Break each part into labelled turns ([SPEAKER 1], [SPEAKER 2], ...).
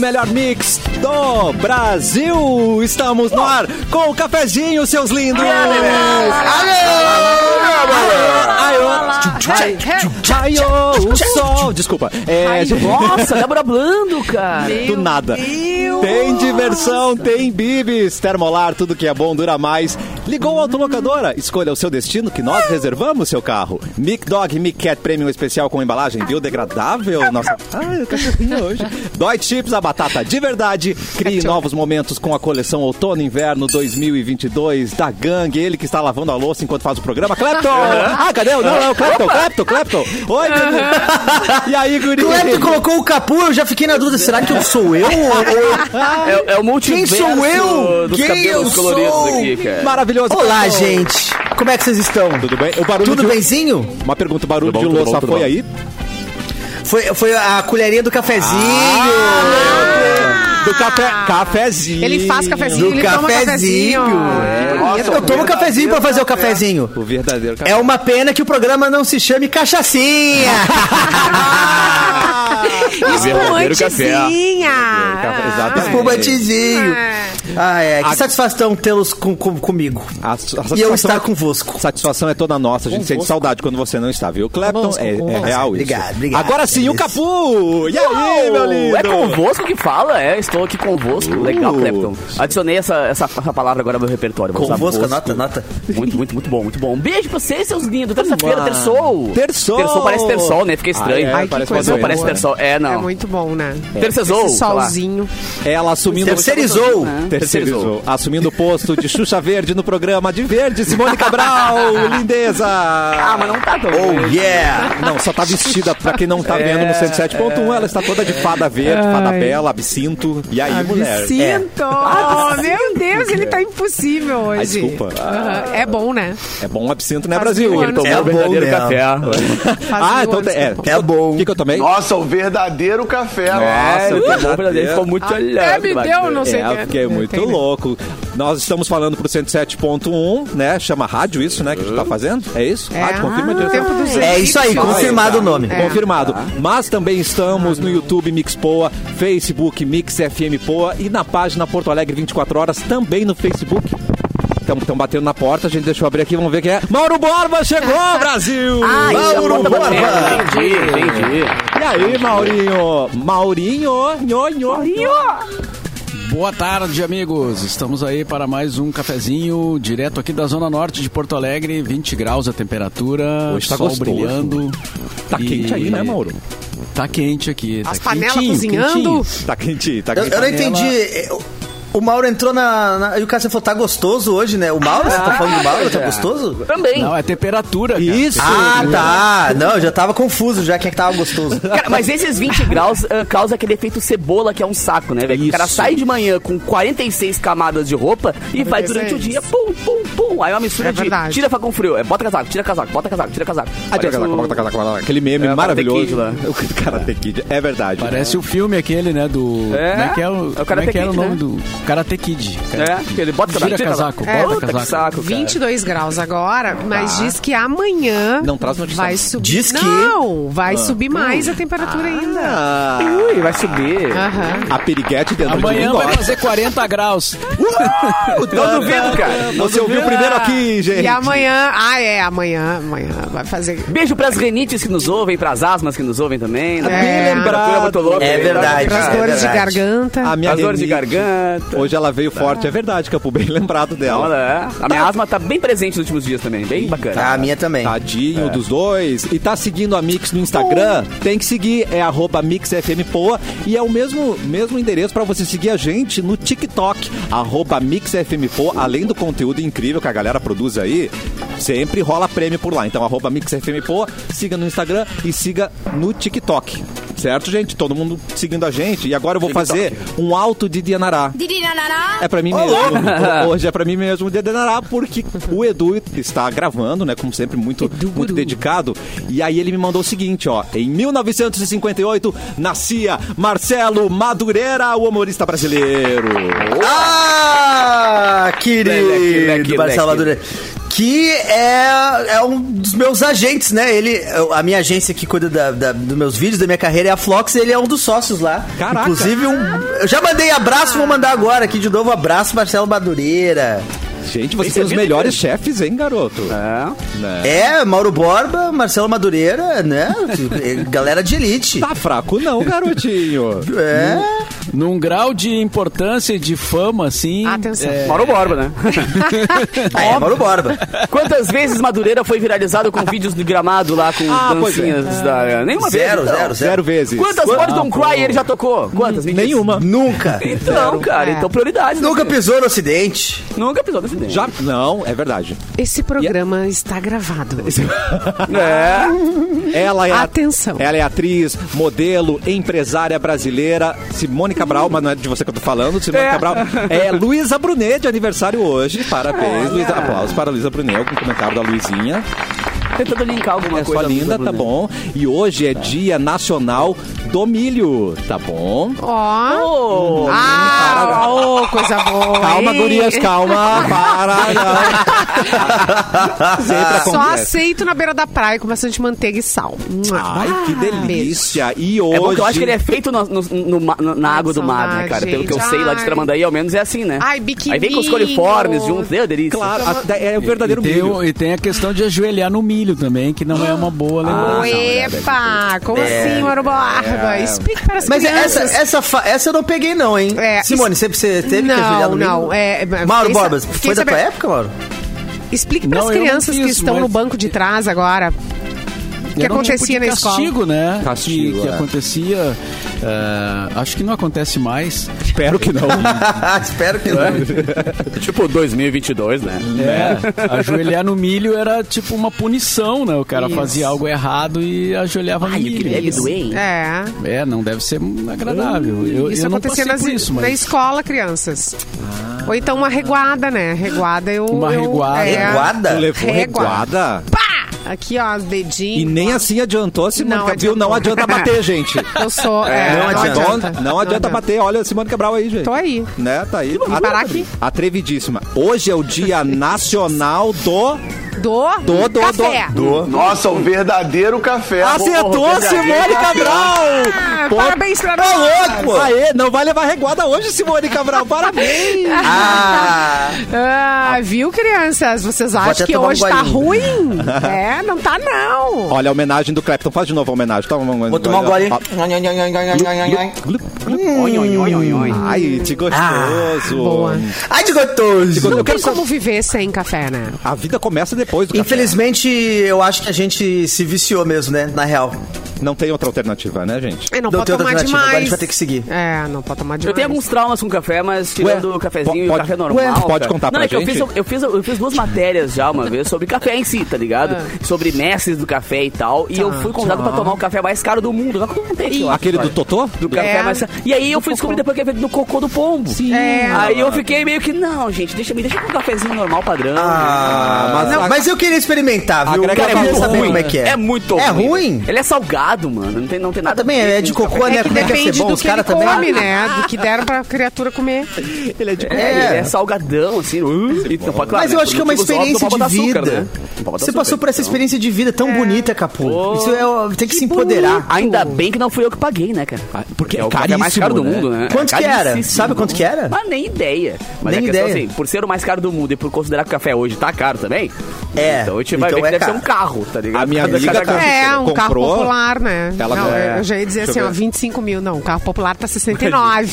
[SPEAKER 1] melhor mix do Brasil. Estamos no ar com o cafezinho, seus lindos. Ai, ô, o sol. Desculpa. É,
[SPEAKER 2] Ai,
[SPEAKER 1] gente,
[SPEAKER 2] nossa,
[SPEAKER 3] tá
[SPEAKER 2] Débora Blando, cara.
[SPEAKER 1] do nada. Tem diversão, tem bibis, termolar, tudo que é bom dura mais. Ligou a autolocadora, escolha o seu destino que nós reservamos seu carro. Mic Dog Mic Cat Premium Especial com embalagem biodegradável. Nossa, ai, o cachorrinho hoje. Dói Chips, a batata de verdade. Crie novos momentos com a coleção Outono e Inverno 2022 da Gangue. Ele que está lavando a louça enquanto faz o programa. Clepton! Ah, cadê? Não, não, Clepton, Clepton, Clepton. Oi, guri. E aí, guri?
[SPEAKER 4] O Clepton é colocou o capu, eu já fiquei na dúvida, será que eu sou eu? Ou-
[SPEAKER 3] É, é o multiverso
[SPEAKER 4] Quem sou eu?
[SPEAKER 3] dos
[SPEAKER 4] Quem
[SPEAKER 3] cabelos
[SPEAKER 4] eu
[SPEAKER 3] coloridos
[SPEAKER 4] sou?
[SPEAKER 3] aqui, cara.
[SPEAKER 1] Maravilhoso.
[SPEAKER 4] Olá,
[SPEAKER 1] Clepton.
[SPEAKER 4] gente. Como é que vocês estão?
[SPEAKER 1] Tudo bem? O barulho
[SPEAKER 4] Tudo
[SPEAKER 1] de- um-
[SPEAKER 4] benzinho?
[SPEAKER 1] Uma pergunta, o barulho
[SPEAKER 3] Tudo bom,
[SPEAKER 1] de um
[SPEAKER 3] tudo
[SPEAKER 1] louça
[SPEAKER 3] bom, tudo
[SPEAKER 1] foi
[SPEAKER 3] bom.
[SPEAKER 1] aí?
[SPEAKER 4] Foi, foi a colherinha do cafezinho.
[SPEAKER 1] Ah, Do café, cafezinho.
[SPEAKER 5] Ele faz cafezinho,
[SPEAKER 4] Do
[SPEAKER 5] ele
[SPEAKER 4] cafezinho. É,
[SPEAKER 5] toma cafezinho.
[SPEAKER 3] Nossa,
[SPEAKER 4] eu tomo cafezinho pra fazer o cafezinho.
[SPEAKER 1] O verdadeiro café.
[SPEAKER 4] É uma pena que o programa não se chame Cachacinha.
[SPEAKER 3] o verdadeiro café.
[SPEAKER 5] Espumantezinha.
[SPEAKER 1] café, exato.
[SPEAKER 5] Ai.
[SPEAKER 4] Espumantezinho. Ah, é. Que
[SPEAKER 1] A-
[SPEAKER 4] satisfação tê-los com- com- comigo.
[SPEAKER 1] A, a satisfação
[SPEAKER 4] E eu
[SPEAKER 1] é-
[SPEAKER 4] estar convosco.
[SPEAKER 1] Satisfação é toda nossa, a gente sente saudade quando você não está, viu? Clapton,
[SPEAKER 4] Convosco,
[SPEAKER 1] é, é
[SPEAKER 4] convosco.
[SPEAKER 1] real isso.
[SPEAKER 4] Obrigado, obrigado.
[SPEAKER 1] Agora sim,
[SPEAKER 4] É
[SPEAKER 1] o
[SPEAKER 4] isso.
[SPEAKER 1] Capu! E aí, meu lindo? Uh.
[SPEAKER 3] É convosco que fala? É, estou aqui convosco. Legal, Clepton. Adicionei essa, essa, essa palavra agora ao meu repertório. Vou usar
[SPEAKER 4] Convosco,
[SPEAKER 3] vosco.
[SPEAKER 1] né?
[SPEAKER 4] anota, anota.
[SPEAKER 3] Muito, muito, muito bom, muito bom. Um beijo pra vocês, seus lindos. Terça-feira,
[SPEAKER 1] Uau.
[SPEAKER 3] terçou.
[SPEAKER 1] Terçou.
[SPEAKER 3] Terçou parece terçol, né? Fica estranho.
[SPEAKER 1] Ah, é,
[SPEAKER 3] Ai,
[SPEAKER 1] Ai, parece
[SPEAKER 3] que coisa
[SPEAKER 1] uma
[SPEAKER 3] não parece
[SPEAKER 1] doença,
[SPEAKER 3] terçol. É,
[SPEAKER 5] É
[SPEAKER 3] não.
[SPEAKER 5] muito bom, né?
[SPEAKER 3] Tercezou.
[SPEAKER 5] Esse
[SPEAKER 3] sei lá.
[SPEAKER 5] solzinho.
[SPEAKER 1] Ela assumindo...
[SPEAKER 4] Terceirizou.
[SPEAKER 3] um-
[SPEAKER 1] Terceirizou. Assumindo o posto de Xuxa Verde no programa de Verde, Simone Cabral, lindeza!
[SPEAKER 3] Ah, mas não tá tão.
[SPEAKER 4] Oh, yeah.
[SPEAKER 1] Não, só tá vestida, pra quem não tá vendo no 107.1, ela está toda de fada verde, fada bela, absinto. E aí, mulher? é, Ah,
[SPEAKER 5] Sinto! Ah, meu Deus, ele tá impossível hoje.
[SPEAKER 1] Ai, desculpa.
[SPEAKER 5] Aham, É bom, né?
[SPEAKER 1] É bom absinto, né, Brasil?
[SPEAKER 5] mil
[SPEAKER 3] Ele tomou
[SPEAKER 4] É
[SPEAKER 3] o verdadeiro
[SPEAKER 4] bom mesmo.
[SPEAKER 3] café.
[SPEAKER 5] Faz
[SPEAKER 1] Ah,
[SPEAKER 5] mil
[SPEAKER 1] então
[SPEAKER 5] anos
[SPEAKER 1] te- é.
[SPEAKER 5] que
[SPEAKER 4] É bom.
[SPEAKER 1] O que, que eu tomei?
[SPEAKER 6] Nossa, o verdadeiro café.
[SPEAKER 3] É,
[SPEAKER 1] Nossa,
[SPEAKER 3] ele tomou o verdadeiro.
[SPEAKER 1] verdadeiro.
[SPEAKER 3] Ficou muito olhando.
[SPEAKER 5] Até Ah, me deu, não sei
[SPEAKER 1] É, eu fiquei muito
[SPEAKER 5] Tem, né?
[SPEAKER 1] louco. Nós estamos falando pro 107.1, né? Chama rádio isso, né? Que a gente tá fazendo? É isso?
[SPEAKER 5] É.
[SPEAKER 1] Rádio, confirma
[SPEAKER 5] Ah,
[SPEAKER 1] direto.
[SPEAKER 5] tempo dos
[SPEAKER 4] É isso aí,
[SPEAKER 5] egípcios.
[SPEAKER 4] confirmado o nome.
[SPEAKER 5] É.
[SPEAKER 1] Confirmado. Mas também estamos no YouTube Mix Poa, Facebook Mix FM Poa e na página Porto Alegre 24 horas, também no Facebook. Estão batendo na porta, a gente deixou abrir aqui, vamos ver quem é. Mauro Borba chegou, Brasil!
[SPEAKER 3] Ai,
[SPEAKER 1] Mauro
[SPEAKER 3] Mauro
[SPEAKER 1] Borba!
[SPEAKER 3] Entendi, entendi.
[SPEAKER 1] E aí, Maurinho? Maurinho, nho, nho, Maurinho!
[SPEAKER 7] Boa tarde, amigos. Estamos aí para mais um cafezinho direto aqui da Zona Norte de Porto Alegre. 20 graus a temperatura,
[SPEAKER 1] Hoje tá
[SPEAKER 7] sol
[SPEAKER 1] gostoso.
[SPEAKER 7] brilhando.
[SPEAKER 1] Tá
[SPEAKER 7] E-
[SPEAKER 1] quente aí, né, Mauro?
[SPEAKER 7] Tá quente aqui.
[SPEAKER 5] As
[SPEAKER 7] tá
[SPEAKER 5] panelas
[SPEAKER 7] quentinho,
[SPEAKER 5] cozinhando.
[SPEAKER 7] quentinho.
[SPEAKER 1] Tá quente, tá
[SPEAKER 4] Eu,
[SPEAKER 1] quente.
[SPEAKER 4] eu não entendi. eu- O Mauro entrou na, na- E o Cássio falou, tá gostoso hoje, né? O Mauro, você tá falando do Mauro, tá gostoso?
[SPEAKER 3] Também.
[SPEAKER 7] Não, é temperatura, cara.
[SPEAKER 1] Isso!
[SPEAKER 4] Ah, tá. Não, eu já tava confuso já que é que tava gostoso.
[SPEAKER 3] Cara, mas esses 20 graus ah, causa aquele efeito cebola que é um saco, né, velho? O cara
[SPEAKER 1] Isso.
[SPEAKER 3] sai de manhã com 46 camadas de roupa e vai durante o dia, pum, pum, pum. Aí é uma mistura
[SPEAKER 5] É
[SPEAKER 3] de
[SPEAKER 5] verdade.
[SPEAKER 3] tira facão frio, é, bota casaco, tira casaco, bota casaco, tira casaco.
[SPEAKER 1] Ah, tira
[SPEAKER 3] Parece
[SPEAKER 1] casaco,
[SPEAKER 3] um-
[SPEAKER 1] bota casaco, bota casaco. Aquele meme
[SPEAKER 3] É,
[SPEAKER 1] maravilhoso.
[SPEAKER 3] Karate Kid
[SPEAKER 1] O Karate Kid, é verdade.
[SPEAKER 7] Parece o filme aquele, né, do...
[SPEAKER 3] É,
[SPEAKER 7] como é que é o,
[SPEAKER 3] é o Karate
[SPEAKER 7] como é que era o
[SPEAKER 3] Kid,
[SPEAKER 7] nome
[SPEAKER 3] né?
[SPEAKER 7] do... Karate Kid.
[SPEAKER 3] É, porque ele bota casaco,
[SPEAKER 7] Tira casaco,
[SPEAKER 3] É,
[SPEAKER 7] bota
[SPEAKER 3] puta que
[SPEAKER 7] casaco.
[SPEAKER 3] saco, cara.
[SPEAKER 5] 22 graus agora, mas diz que amanhã
[SPEAKER 1] Tá. Não, traz notícia.
[SPEAKER 5] vai subir.
[SPEAKER 4] Diz que-
[SPEAKER 5] Não, vai subir mais a temperatura ainda.
[SPEAKER 1] Ah,
[SPEAKER 3] Ui, vai subir.
[SPEAKER 5] Aham.
[SPEAKER 1] a piriguete dentro de
[SPEAKER 7] Amanhã
[SPEAKER 1] um
[SPEAKER 7] vai
[SPEAKER 1] negócio.
[SPEAKER 7] fazer 40 graus.
[SPEAKER 3] Não duvido, cara.
[SPEAKER 1] Você ouviu primeiro aqui, gente.
[SPEAKER 5] E amanhã, ah é, amanhã, amanhã vai fazer.
[SPEAKER 3] Beijo pras renites que nos ouvem, pras asmas que nos ouvem também. né?
[SPEAKER 5] É.
[SPEAKER 3] Temperatura muito louca.
[SPEAKER 4] É verdade.
[SPEAKER 5] Pras
[SPEAKER 4] Ah, é
[SPEAKER 5] dores de
[SPEAKER 4] verdade.
[SPEAKER 5] garganta.
[SPEAKER 1] A minha
[SPEAKER 3] As dores de
[SPEAKER 1] renite,
[SPEAKER 3] garganta.
[SPEAKER 1] Hoje ela veio
[SPEAKER 5] Tá.
[SPEAKER 1] forte, é verdade, Capu, bem lembrado dela.
[SPEAKER 3] Olha, é. A minha asma tá bem presente nos últimos dias também, bem bacana.
[SPEAKER 4] Ah, a minha também.
[SPEAKER 1] Tá
[SPEAKER 3] É.
[SPEAKER 1] Tadinho dos dois. E tá seguindo a Mix no Instagram? Tem que seguir, é arroba MixFMPoa. E é o mesmo, mesmo endereço pra você seguir a gente no TikTok, arroba MixFMPoa. Além do conteúdo incrível que a galera produz aí, sempre rola prêmio por lá. Então, arroba MixFMPoa, siga no Instagram e siga no TikTok. Certo, gente? Todo mundo seguindo a gente. E agora eu vou fazer um alto de Dianará. É pra mim mesmo. Hoje é pra mim mesmo o Dedenará, porque o Edu está gravando, né? Como sempre, muito, muito dedicado. E aí ele me mandou o seguinte, ó. Em 1958, nascia Marcelo Madureira, o humorista brasileiro.
[SPEAKER 4] Ah, querido
[SPEAKER 3] Leque, leque,
[SPEAKER 4] Marcelo
[SPEAKER 3] leque.
[SPEAKER 4] Madureira. que é, é um dos meus agentes, né? Ele, a minha agência que cuida da, da- dos meus vídeos, da minha carreira é a Flox, ele é um dos sócios lá.
[SPEAKER 1] Caraca.
[SPEAKER 4] Inclusive, um, eu já mandei abraço, vou mandar agora aqui de novo. Abraço, Marcelo Madureira.
[SPEAKER 1] Gente, você tem os melhores chefes, hein, garoto? Né?
[SPEAKER 4] É, Mauro Borba, Marcelo Madureira, né? Galera de elite.
[SPEAKER 1] Tá fraco não, garotinho.
[SPEAKER 4] É.
[SPEAKER 7] Num grau de importância e de fama, assim.
[SPEAKER 5] Atenção.
[SPEAKER 7] é,
[SPEAKER 3] Mauro Borba, né?
[SPEAKER 4] É, Mauro Borba.
[SPEAKER 3] Quantas vezes Madureira foi viralizado com vídeos do gramado lá com
[SPEAKER 1] Ah, pois é.
[SPEAKER 3] dancinhas da. Nenhuma
[SPEAKER 4] Zero,
[SPEAKER 3] vez. então.
[SPEAKER 4] zero,
[SPEAKER 1] Zero vezes.
[SPEAKER 3] Quantas Boys Don't Cry ele já tocou? Quantas? Me diz.
[SPEAKER 1] Nenhuma.
[SPEAKER 4] Nunca.
[SPEAKER 3] Então, cara,
[SPEAKER 5] É.
[SPEAKER 3] então prioridade. né?
[SPEAKER 4] Nunca pisou no ocidente.
[SPEAKER 3] Nunca pisou nesse dente.
[SPEAKER 1] Já não, é verdade.
[SPEAKER 5] Esse programa está gravado.
[SPEAKER 3] É.
[SPEAKER 1] Ela é a-
[SPEAKER 5] Atenção.
[SPEAKER 1] ela é atriz, modelo, empresária brasileira, Simone Cabral, mas não é de você que eu tô falando, Simone
[SPEAKER 3] É.
[SPEAKER 1] Cabral. É Luísa Brunet de aniversário hoje. Parabéns, Luísa. Aplausos para a Luísa Brunet, algum comentário da Luizinha.
[SPEAKER 3] Tentando linkar alguma
[SPEAKER 1] É sua
[SPEAKER 3] coisa. Tá.
[SPEAKER 1] linda, tá bom? E hoje é Dia Nacional do Milho, tá bom?
[SPEAKER 5] Ó.
[SPEAKER 4] Oh!
[SPEAKER 5] ah, ô, coisa boa.
[SPEAKER 1] Calma,
[SPEAKER 5] hein?
[SPEAKER 1] gurias, calma. Para, não.
[SPEAKER 4] tá
[SPEAKER 1] Sempre
[SPEAKER 5] Só assim.
[SPEAKER 1] acontece.
[SPEAKER 5] aceito na beira da praia com bastante manteiga e sal. Ah,
[SPEAKER 1] Ai, que delícia. E hoje...
[SPEAKER 3] É bom que eu acho que ele é feito no- no- no ma- no- na água do mar, né, cara?
[SPEAKER 5] saudade,
[SPEAKER 3] Pelo que eu
[SPEAKER 5] gente.
[SPEAKER 3] sei lá de
[SPEAKER 5] Ai.
[SPEAKER 3] Tramandaí, ao menos é assim, né?
[SPEAKER 5] Ai, biquininho.
[SPEAKER 3] Aí vem com os coliformes juntos, né? deu delícia.
[SPEAKER 1] Claro, a- é o verdadeiro
[SPEAKER 7] e tem,
[SPEAKER 1] milho.
[SPEAKER 7] o- e tem a questão de ajoelhar no milho também, que não é uma boa lembrança.
[SPEAKER 5] Epa, como assim, Mauro Borba? Explique para as
[SPEAKER 4] É, Mas é essa,
[SPEAKER 5] crianças.
[SPEAKER 4] essa, fa- essa eu não peguei, não, hein?
[SPEAKER 5] É,
[SPEAKER 4] Simone,
[SPEAKER 5] isso-
[SPEAKER 4] você, você teve que ajoelhar
[SPEAKER 5] não,
[SPEAKER 4] no
[SPEAKER 5] não. É,
[SPEAKER 4] Mauro
[SPEAKER 5] fiquei sa-
[SPEAKER 4] Borba,
[SPEAKER 5] fiquei
[SPEAKER 4] foi da tua
[SPEAKER 5] sabendo-
[SPEAKER 4] época, Mauro?
[SPEAKER 5] Explique para
[SPEAKER 7] Não,
[SPEAKER 5] as
[SPEAKER 7] eu não
[SPEAKER 5] crianças
[SPEAKER 7] fiz,
[SPEAKER 5] que estão
[SPEAKER 7] mas-
[SPEAKER 5] no banco de trás agora. O que
[SPEAKER 7] Era um
[SPEAKER 5] acontecia
[SPEAKER 7] tipo de
[SPEAKER 5] na escola.
[SPEAKER 7] castigo, né?
[SPEAKER 1] Castigo,
[SPEAKER 7] que, que
[SPEAKER 1] é.
[SPEAKER 7] acontecia. eh, acho que não acontece mais.
[SPEAKER 1] Espero que não.
[SPEAKER 4] Ah, Espero que não.
[SPEAKER 3] Tipo 2022, né?
[SPEAKER 7] É, ajoelhar no milho era tipo uma punição, né? O cara fazia algo errado e ajoelhava no
[SPEAKER 3] Ai, o que
[SPEAKER 7] milho.
[SPEAKER 3] deve doer, hein?
[SPEAKER 5] É.
[SPEAKER 7] É, não deve ser agradável. Eu,
[SPEAKER 5] Isso
[SPEAKER 7] eu não
[SPEAKER 5] acontecia
[SPEAKER 7] passei
[SPEAKER 5] nas-
[SPEAKER 7] por isso,
[SPEAKER 5] na
[SPEAKER 7] mas... Ah.
[SPEAKER 5] escola, crianças. Ou então uma reguada, né? Reguada eu.
[SPEAKER 7] Uma
[SPEAKER 5] eu-
[SPEAKER 7] reguada.
[SPEAKER 5] é.
[SPEAKER 4] Reguada?
[SPEAKER 1] Tu levou
[SPEAKER 5] Régua.
[SPEAKER 1] reguada.
[SPEAKER 5] Pá! Aqui, ó, os dedinhos.
[SPEAKER 1] E nem assim adiantou, Simone
[SPEAKER 5] Não
[SPEAKER 1] Cabral. Viu? Não adianta bater, gente.
[SPEAKER 5] Eu sou. é,
[SPEAKER 4] não
[SPEAKER 5] não,
[SPEAKER 4] adianta.
[SPEAKER 5] adianta.
[SPEAKER 1] Não, não adianta, bater. Olha, Simone Cabral aí, gente.
[SPEAKER 5] Tô aí.
[SPEAKER 1] Né? Tá aí.
[SPEAKER 5] Vamos parar aqui.
[SPEAKER 1] Atrevidíssima. Hoje é o Dia Nacional do...
[SPEAKER 5] Do,
[SPEAKER 1] Do, do,
[SPEAKER 5] café.
[SPEAKER 1] do.
[SPEAKER 6] Nossa, o verdadeiro café.
[SPEAKER 1] Acertou, Simone Cabral!
[SPEAKER 5] Ah,
[SPEAKER 1] Pô,
[SPEAKER 5] parabéns pra
[SPEAKER 1] Tá
[SPEAKER 5] nós.
[SPEAKER 1] louco, pô. Aê, não vai levar reguada hoje, Simone Cabral. Parabéns!
[SPEAKER 4] Ah,
[SPEAKER 5] Ah, viu, crianças? Vocês
[SPEAKER 4] até
[SPEAKER 5] acham que
[SPEAKER 4] tomar um
[SPEAKER 5] hoje tá ruim?
[SPEAKER 4] golinho.
[SPEAKER 5] é, não tá, não.
[SPEAKER 1] Olha a homenagem do Clapton. Faz de novo a homenagem. Toma um
[SPEAKER 4] vou tomar um gole.
[SPEAKER 1] Ó. Glup, glup. Oi, oi, oi, oi, oi. Ai, te gostoso.
[SPEAKER 5] boa.
[SPEAKER 4] Ai, de gostoso.
[SPEAKER 1] Eu
[SPEAKER 5] Não
[SPEAKER 1] quero
[SPEAKER 5] tem como
[SPEAKER 1] saber.
[SPEAKER 5] viver sem café, né?
[SPEAKER 1] A vida começa depois do café.
[SPEAKER 4] Infelizmente, eu acho que a gente se viciou mesmo, né? Na real.
[SPEAKER 1] Não tem outra alternativa, né, gente?
[SPEAKER 5] É, não,
[SPEAKER 4] Não
[SPEAKER 5] pode
[SPEAKER 4] tem outra
[SPEAKER 5] tomar
[SPEAKER 4] alternativa,
[SPEAKER 5] demais.
[SPEAKER 4] agora a gente vai ter que seguir.
[SPEAKER 5] É, não pode tomar demais.
[SPEAKER 3] Eu tenho alguns traumas com café, mas tirando
[SPEAKER 1] Ué,
[SPEAKER 3] o cafezinho
[SPEAKER 1] po-
[SPEAKER 3] e o
[SPEAKER 1] pode-
[SPEAKER 3] café normal.
[SPEAKER 1] Ué,
[SPEAKER 3] cara.
[SPEAKER 1] pode contar
[SPEAKER 3] Não,
[SPEAKER 1] pra
[SPEAKER 3] é que eu
[SPEAKER 1] gente?
[SPEAKER 3] fiz, eu, fiz, eu fiz duas matérias já uma vez sobre café em si, tá ligado? Sobre mestres do café e tal. E eu fui convidado pra tomar o café mais caro do mundo. Não contei aqui, eu acho,
[SPEAKER 1] Aquele do
[SPEAKER 3] olha.
[SPEAKER 1] Totô?
[SPEAKER 3] Do café
[SPEAKER 5] É.
[SPEAKER 3] mais caro. E aí eu fui descobrir depois que é feito do cocô do pombo. Sim.
[SPEAKER 5] É.
[SPEAKER 3] Aí eu fiquei meio que, não, gente, deixa me deixa com um cafezinho normal padrão.
[SPEAKER 4] Ah, mas,
[SPEAKER 1] a-
[SPEAKER 4] mas eu queria experimentar, viu?
[SPEAKER 1] Agrega
[SPEAKER 4] Eu
[SPEAKER 3] Cara, é
[SPEAKER 4] queria
[SPEAKER 3] muito
[SPEAKER 4] saber
[SPEAKER 3] ruim.
[SPEAKER 4] como é que é.
[SPEAKER 3] muito
[SPEAKER 4] É
[SPEAKER 3] ruim.
[SPEAKER 4] ruim?
[SPEAKER 3] Ele é salgado, mano. Não tem, não tem
[SPEAKER 4] Ah,
[SPEAKER 3] nada.
[SPEAKER 4] também é de cocô, né?
[SPEAKER 5] É que
[SPEAKER 4] Como é que ia
[SPEAKER 5] depende
[SPEAKER 4] ser bom?
[SPEAKER 5] do
[SPEAKER 4] Os
[SPEAKER 5] que ele
[SPEAKER 4] caras também. ah,
[SPEAKER 5] come, né? Do que deram pra criatura comer.
[SPEAKER 1] Ele é de
[SPEAKER 3] É, ele é salgadão, assim. uh, e não pode- claro,
[SPEAKER 4] Mas eu
[SPEAKER 3] né,
[SPEAKER 4] acho que é uma
[SPEAKER 3] por motivos
[SPEAKER 4] experiência de
[SPEAKER 3] óbvios, não pode botar
[SPEAKER 4] vida.
[SPEAKER 3] açúcar, né? Não pode botar
[SPEAKER 4] Você
[SPEAKER 3] açúcar,
[SPEAKER 4] passou por essa
[SPEAKER 3] então.
[SPEAKER 4] experiência de vida tão bonita, Capu. Isso é, tem que, Ah, se empoderar.
[SPEAKER 3] Ainda bem que não fui eu que paguei, né, cara?
[SPEAKER 1] porque é
[SPEAKER 3] o café mais
[SPEAKER 1] caríssimo,
[SPEAKER 3] caro do
[SPEAKER 1] né?
[SPEAKER 3] mundo, né?
[SPEAKER 4] Quanto que era?
[SPEAKER 3] caríssimo.
[SPEAKER 4] Sabe quanto que era?
[SPEAKER 3] Mas nem ideia. Mas
[SPEAKER 4] Nem
[SPEAKER 3] a questão,
[SPEAKER 4] ideia.
[SPEAKER 3] assim, por ser o mais caro do mundo e por considerar que o café hoje tá caro também,
[SPEAKER 4] É,
[SPEAKER 3] então a gente vai
[SPEAKER 4] então
[SPEAKER 3] ver que
[SPEAKER 4] é
[SPEAKER 3] deve
[SPEAKER 4] caro.
[SPEAKER 3] ser um carro, tá ligado?
[SPEAKER 1] A minha
[SPEAKER 3] Cada-
[SPEAKER 1] amiga
[SPEAKER 3] cada-
[SPEAKER 1] tá-
[SPEAKER 5] É, um
[SPEAKER 1] Comprou?
[SPEAKER 5] carro popular, né?
[SPEAKER 1] Ela-
[SPEAKER 5] não,
[SPEAKER 1] é.
[SPEAKER 5] eu já ia dizer
[SPEAKER 1] Deixa
[SPEAKER 5] assim,
[SPEAKER 1] eu
[SPEAKER 5] ó,
[SPEAKER 1] ver.
[SPEAKER 5] 25 mil. Não, o carro popular tá 69.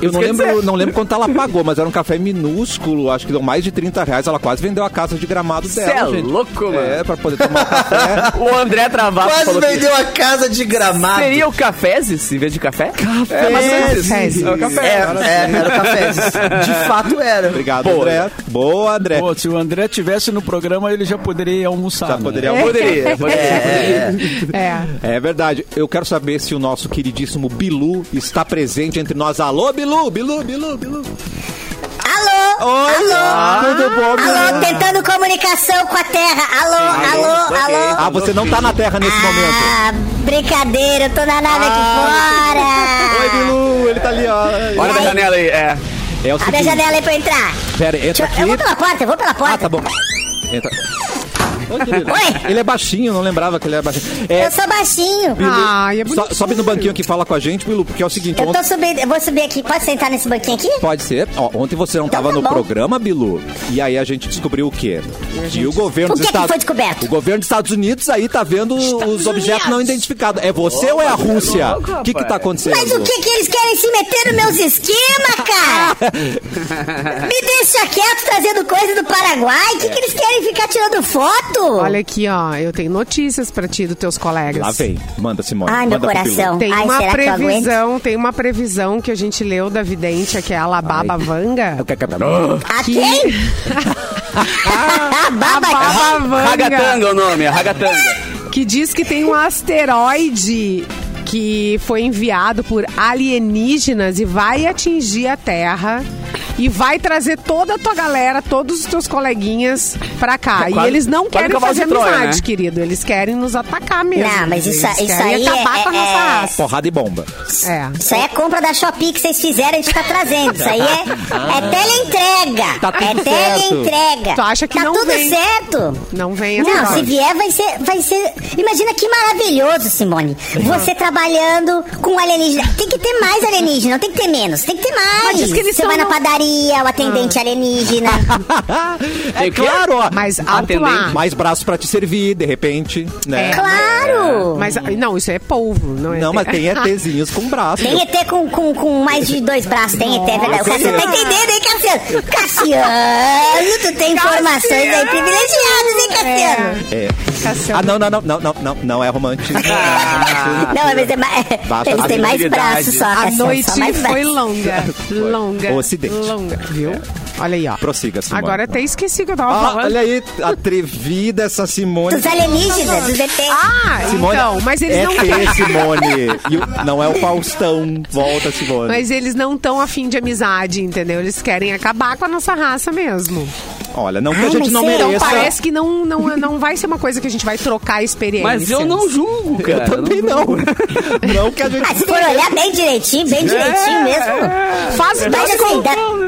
[SPEAKER 1] Eu não
[SPEAKER 3] Quer
[SPEAKER 1] lembro,
[SPEAKER 3] dizer-
[SPEAKER 1] não lembro quanto ela pagou, mas era um café minúsculo, acho que deu mais de 30 reais. Ela quase vendeu a casa de gramado
[SPEAKER 3] Cê
[SPEAKER 1] dela.
[SPEAKER 3] é
[SPEAKER 1] gente.
[SPEAKER 3] louco, mano.
[SPEAKER 1] É, pra poder tomar um café.
[SPEAKER 3] O André Travato
[SPEAKER 4] Quase
[SPEAKER 3] falou que
[SPEAKER 4] vendeu a casa de gramado.
[SPEAKER 3] seria o cafezes em vez de café? Café.
[SPEAKER 5] Cafezes.
[SPEAKER 3] É, o café.
[SPEAKER 4] É, é, era café. De fato era.
[SPEAKER 1] Obrigado,
[SPEAKER 3] Boa.
[SPEAKER 1] André. Boa, André.
[SPEAKER 7] Pô, se o André tivesse no programa, ele já poderia ir almoçar.
[SPEAKER 1] Já
[SPEAKER 7] né?
[SPEAKER 1] Tá, poderia-
[SPEAKER 3] Poderia, poderia.
[SPEAKER 5] É.
[SPEAKER 1] É verdade. Eu quero saber se o nosso queridíssimo Bilu está presente entre nós. Alô, Bilu, Bilu, Bilu, Bilu.
[SPEAKER 8] Alô?
[SPEAKER 1] Oi,
[SPEAKER 8] Alô?
[SPEAKER 1] tudo bom, Bilu?
[SPEAKER 8] Alô, tentando comunicação com a Terra. Alô, alô,
[SPEAKER 3] ok.
[SPEAKER 8] alô.
[SPEAKER 1] Ah, você não tá na Terra nesse momento.
[SPEAKER 8] Ah, brincadeira, eu tô na nave
[SPEAKER 1] Ah. Oi,
[SPEAKER 8] aqui fora.
[SPEAKER 1] Bilu, ele tá ali, ó.
[SPEAKER 3] Olha na janela aí, é.
[SPEAKER 1] É o
[SPEAKER 8] Abre a
[SPEAKER 1] seguinte,
[SPEAKER 8] janela aí pra eu entrar.
[SPEAKER 1] pera, entra
[SPEAKER 8] Deixa eu-
[SPEAKER 1] aqui.
[SPEAKER 8] Eu vou pela porta, eu vou pela porta.
[SPEAKER 1] Ah, tá bom. Entra. Oi, querido.
[SPEAKER 8] Oi.
[SPEAKER 1] Ele é baixinho, não lembrava que ele era baixinho. É,
[SPEAKER 8] Eu sou baixinho.
[SPEAKER 1] Bilu,
[SPEAKER 5] Ai, é
[SPEAKER 1] so-
[SPEAKER 5] bonitinho.
[SPEAKER 1] sobe no banquinho que fala com a gente, Bilu, porque é o seguinte,
[SPEAKER 8] Eu
[SPEAKER 1] ontem,
[SPEAKER 8] tô subindo. Eu vou subir aqui. Pode sentar nesse banquinho aqui?
[SPEAKER 1] Pode ser. Ó, ontem você não estava
[SPEAKER 8] tá
[SPEAKER 1] no
[SPEAKER 8] bom.
[SPEAKER 1] programa, Bilu. E aí a gente descobriu o quê? Que o governo
[SPEAKER 8] O
[SPEAKER 1] dos
[SPEAKER 8] que é que
[SPEAKER 1] Estados
[SPEAKER 8] foi descoberto?
[SPEAKER 1] O governo dos Estados Unidos aí tá vendo os objetos não identificados. É você ou é a Rússia?
[SPEAKER 3] louco,
[SPEAKER 1] O que que tá
[SPEAKER 3] rapaz.
[SPEAKER 1] acontecendo?
[SPEAKER 8] Mas o que que eles querem se meter nos meus esquemas, cara? Me deixa quieto trazendo coisa do Paraguai. O que, que eles querem ficar tirando foto?
[SPEAKER 5] Olha aqui, ó. Eu tenho notícias pra ti dos teus colegas.
[SPEAKER 1] Lá vem. Manda, Simone.
[SPEAKER 8] Ai, meu
[SPEAKER 1] Manda pro Bilu.
[SPEAKER 8] coração.
[SPEAKER 5] Tem
[SPEAKER 8] Então, Ai,
[SPEAKER 5] uma
[SPEAKER 8] será que eu aguento?
[SPEAKER 5] previsão, tem uma previsão que a gente leu da vidente, que é a Alababa Vanga.
[SPEAKER 8] A quem?
[SPEAKER 5] Ah,
[SPEAKER 8] a baba
[SPEAKER 5] Baba Vanga.
[SPEAKER 3] Ragatanga é o nome, é Ragatanga.
[SPEAKER 5] que diz que tem um asteroide que foi enviado por alienígenas e vai atingir a Terra e vai trazer toda a tua galera, todos os teus coleguinhas pra cá.
[SPEAKER 3] É Quase-
[SPEAKER 5] e eles não
[SPEAKER 3] quase
[SPEAKER 5] querem
[SPEAKER 3] cavalo de
[SPEAKER 5] fazer
[SPEAKER 3] Troia,
[SPEAKER 5] amizade,
[SPEAKER 3] né?
[SPEAKER 5] querido. Eles querem nos atacar mesmo.
[SPEAKER 8] Não, mas isso-
[SPEAKER 5] Eles
[SPEAKER 8] isso
[SPEAKER 5] querem
[SPEAKER 8] aí
[SPEAKER 5] acabar
[SPEAKER 8] é-
[SPEAKER 5] com a nossa
[SPEAKER 8] é-
[SPEAKER 5] raça.
[SPEAKER 1] Porrada e bomba.
[SPEAKER 5] É.
[SPEAKER 8] Isso aí é compra da Shopee que vocês fizeram, a gente tá trazendo. Isso aí é,
[SPEAKER 5] Ah.
[SPEAKER 8] é teleentrega.
[SPEAKER 1] Tá tudo
[SPEAKER 8] é
[SPEAKER 1] certo.
[SPEAKER 8] teleentrega.
[SPEAKER 5] Tu acha que
[SPEAKER 8] tá
[SPEAKER 5] não
[SPEAKER 8] tudo
[SPEAKER 5] vem.
[SPEAKER 8] certo.
[SPEAKER 5] Não vem
[SPEAKER 8] Não, se
[SPEAKER 5] asteroide.
[SPEAKER 8] vier vai ser, vai ser. Imagina que maravilhoso, Simone. Você trabalhando com alienígena. Tem que ter mais alienígena, não tem que ter menos. Tem que ter mais.
[SPEAKER 5] Mas diz que eles
[SPEAKER 8] Você
[SPEAKER 5] são
[SPEAKER 8] vai na
[SPEAKER 5] no- Ah.
[SPEAKER 8] padaria, o atendente alienígena.
[SPEAKER 1] É
[SPEAKER 3] o quê?
[SPEAKER 1] claro, ó. Ah,
[SPEAKER 5] Mas
[SPEAKER 3] Ah,
[SPEAKER 5] alto lá.
[SPEAKER 1] Mais braços pra te servir, de repente, né?
[SPEAKER 5] É.
[SPEAKER 8] claro!
[SPEAKER 5] Mas não, isso é polvo, não é?
[SPEAKER 1] Não, mas tem ETzinhos com braço.
[SPEAKER 8] Tem ET com, com, com mais de dois braços, tem ET, é verdade. O Cassiano tá entendendo, hein, Cassiano? Cassiano, tu tem informações aí privilegiadas, hein, Cassiano?
[SPEAKER 1] É.
[SPEAKER 5] Cassiano.
[SPEAKER 1] Ah, não, não, não, não, não, não, não é romântico.
[SPEAKER 8] Não, mas é mais,
[SPEAKER 1] Basta
[SPEAKER 8] eles têm mais
[SPEAKER 3] habilidade.
[SPEAKER 8] braços só,
[SPEAKER 5] A
[SPEAKER 8] Cassiano. é só
[SPEAKER 5] noite
[SPEAKER 8] mais
[SPEAKER 5] foi
[SPEAKER 8] braços.
[SPEAKER 5] longa. Longa.
[SPEAKER 1] O acidente.
[SPEAKER 5] Longa, viu?
[SPEAKER 3] É.
[SPEAKER 5] Olha aí, ó.
[SPEAKER 1] Prossiga, Simone.
[SPEAKER 5] Agora até esqueci que eu tava
[SPEAKER 1] Ah,
[SPEAKER 5] falando.
[SPEAKER 1] olha aí, atrevida essa Simone.
[SPEAKER 8] Dos alienígenas, dos ET.
[SPEAKER 5] Ah,
[SPEAKER 1] Simone,
[SPEAKER 5] então, mas eles
[SPEAKER 1] é
[SPEAKER 5] não
[SPEAKER 1] T, Simone. E o- não é o Faustão. Volta, Simone.
[SPEAKER 5] mas eles não estão afim de amizade, entendeu? Eles querem acabar com a nossa raça mesmo.
[SPEAKER 1] Olha, não que a
[SPEAKER 8] Ai,
[SPEAKER 1] gente
[SPEAKER 8] mas
[SPEAKER 1] não
[SPEAKER 8] sei,
[SPEAKER 1] mereça.
[SPEAKER 8] não
[SPEAKER 5] Então parece que não, não, não vai ser uma coisa que a gente vai trocar experiência.
[SPEAKER 3] Mas eu não julgo, cara.
[SPEAKER 1] Eu também não. Não que a gente.
[SPEAKER 8] Ah, se for olhar bem direitinho, bem direitinho
[SPEAKER 5] É.
[SPEAKER 8] mesmo.
[SPEAKER 5] Faz os
[SPEAKER 8] Mas
[SPEAKER 5] teus,
[SPEAKER 8] assim,
[SPEAKER 5] con-
[SPEAKER 1] né?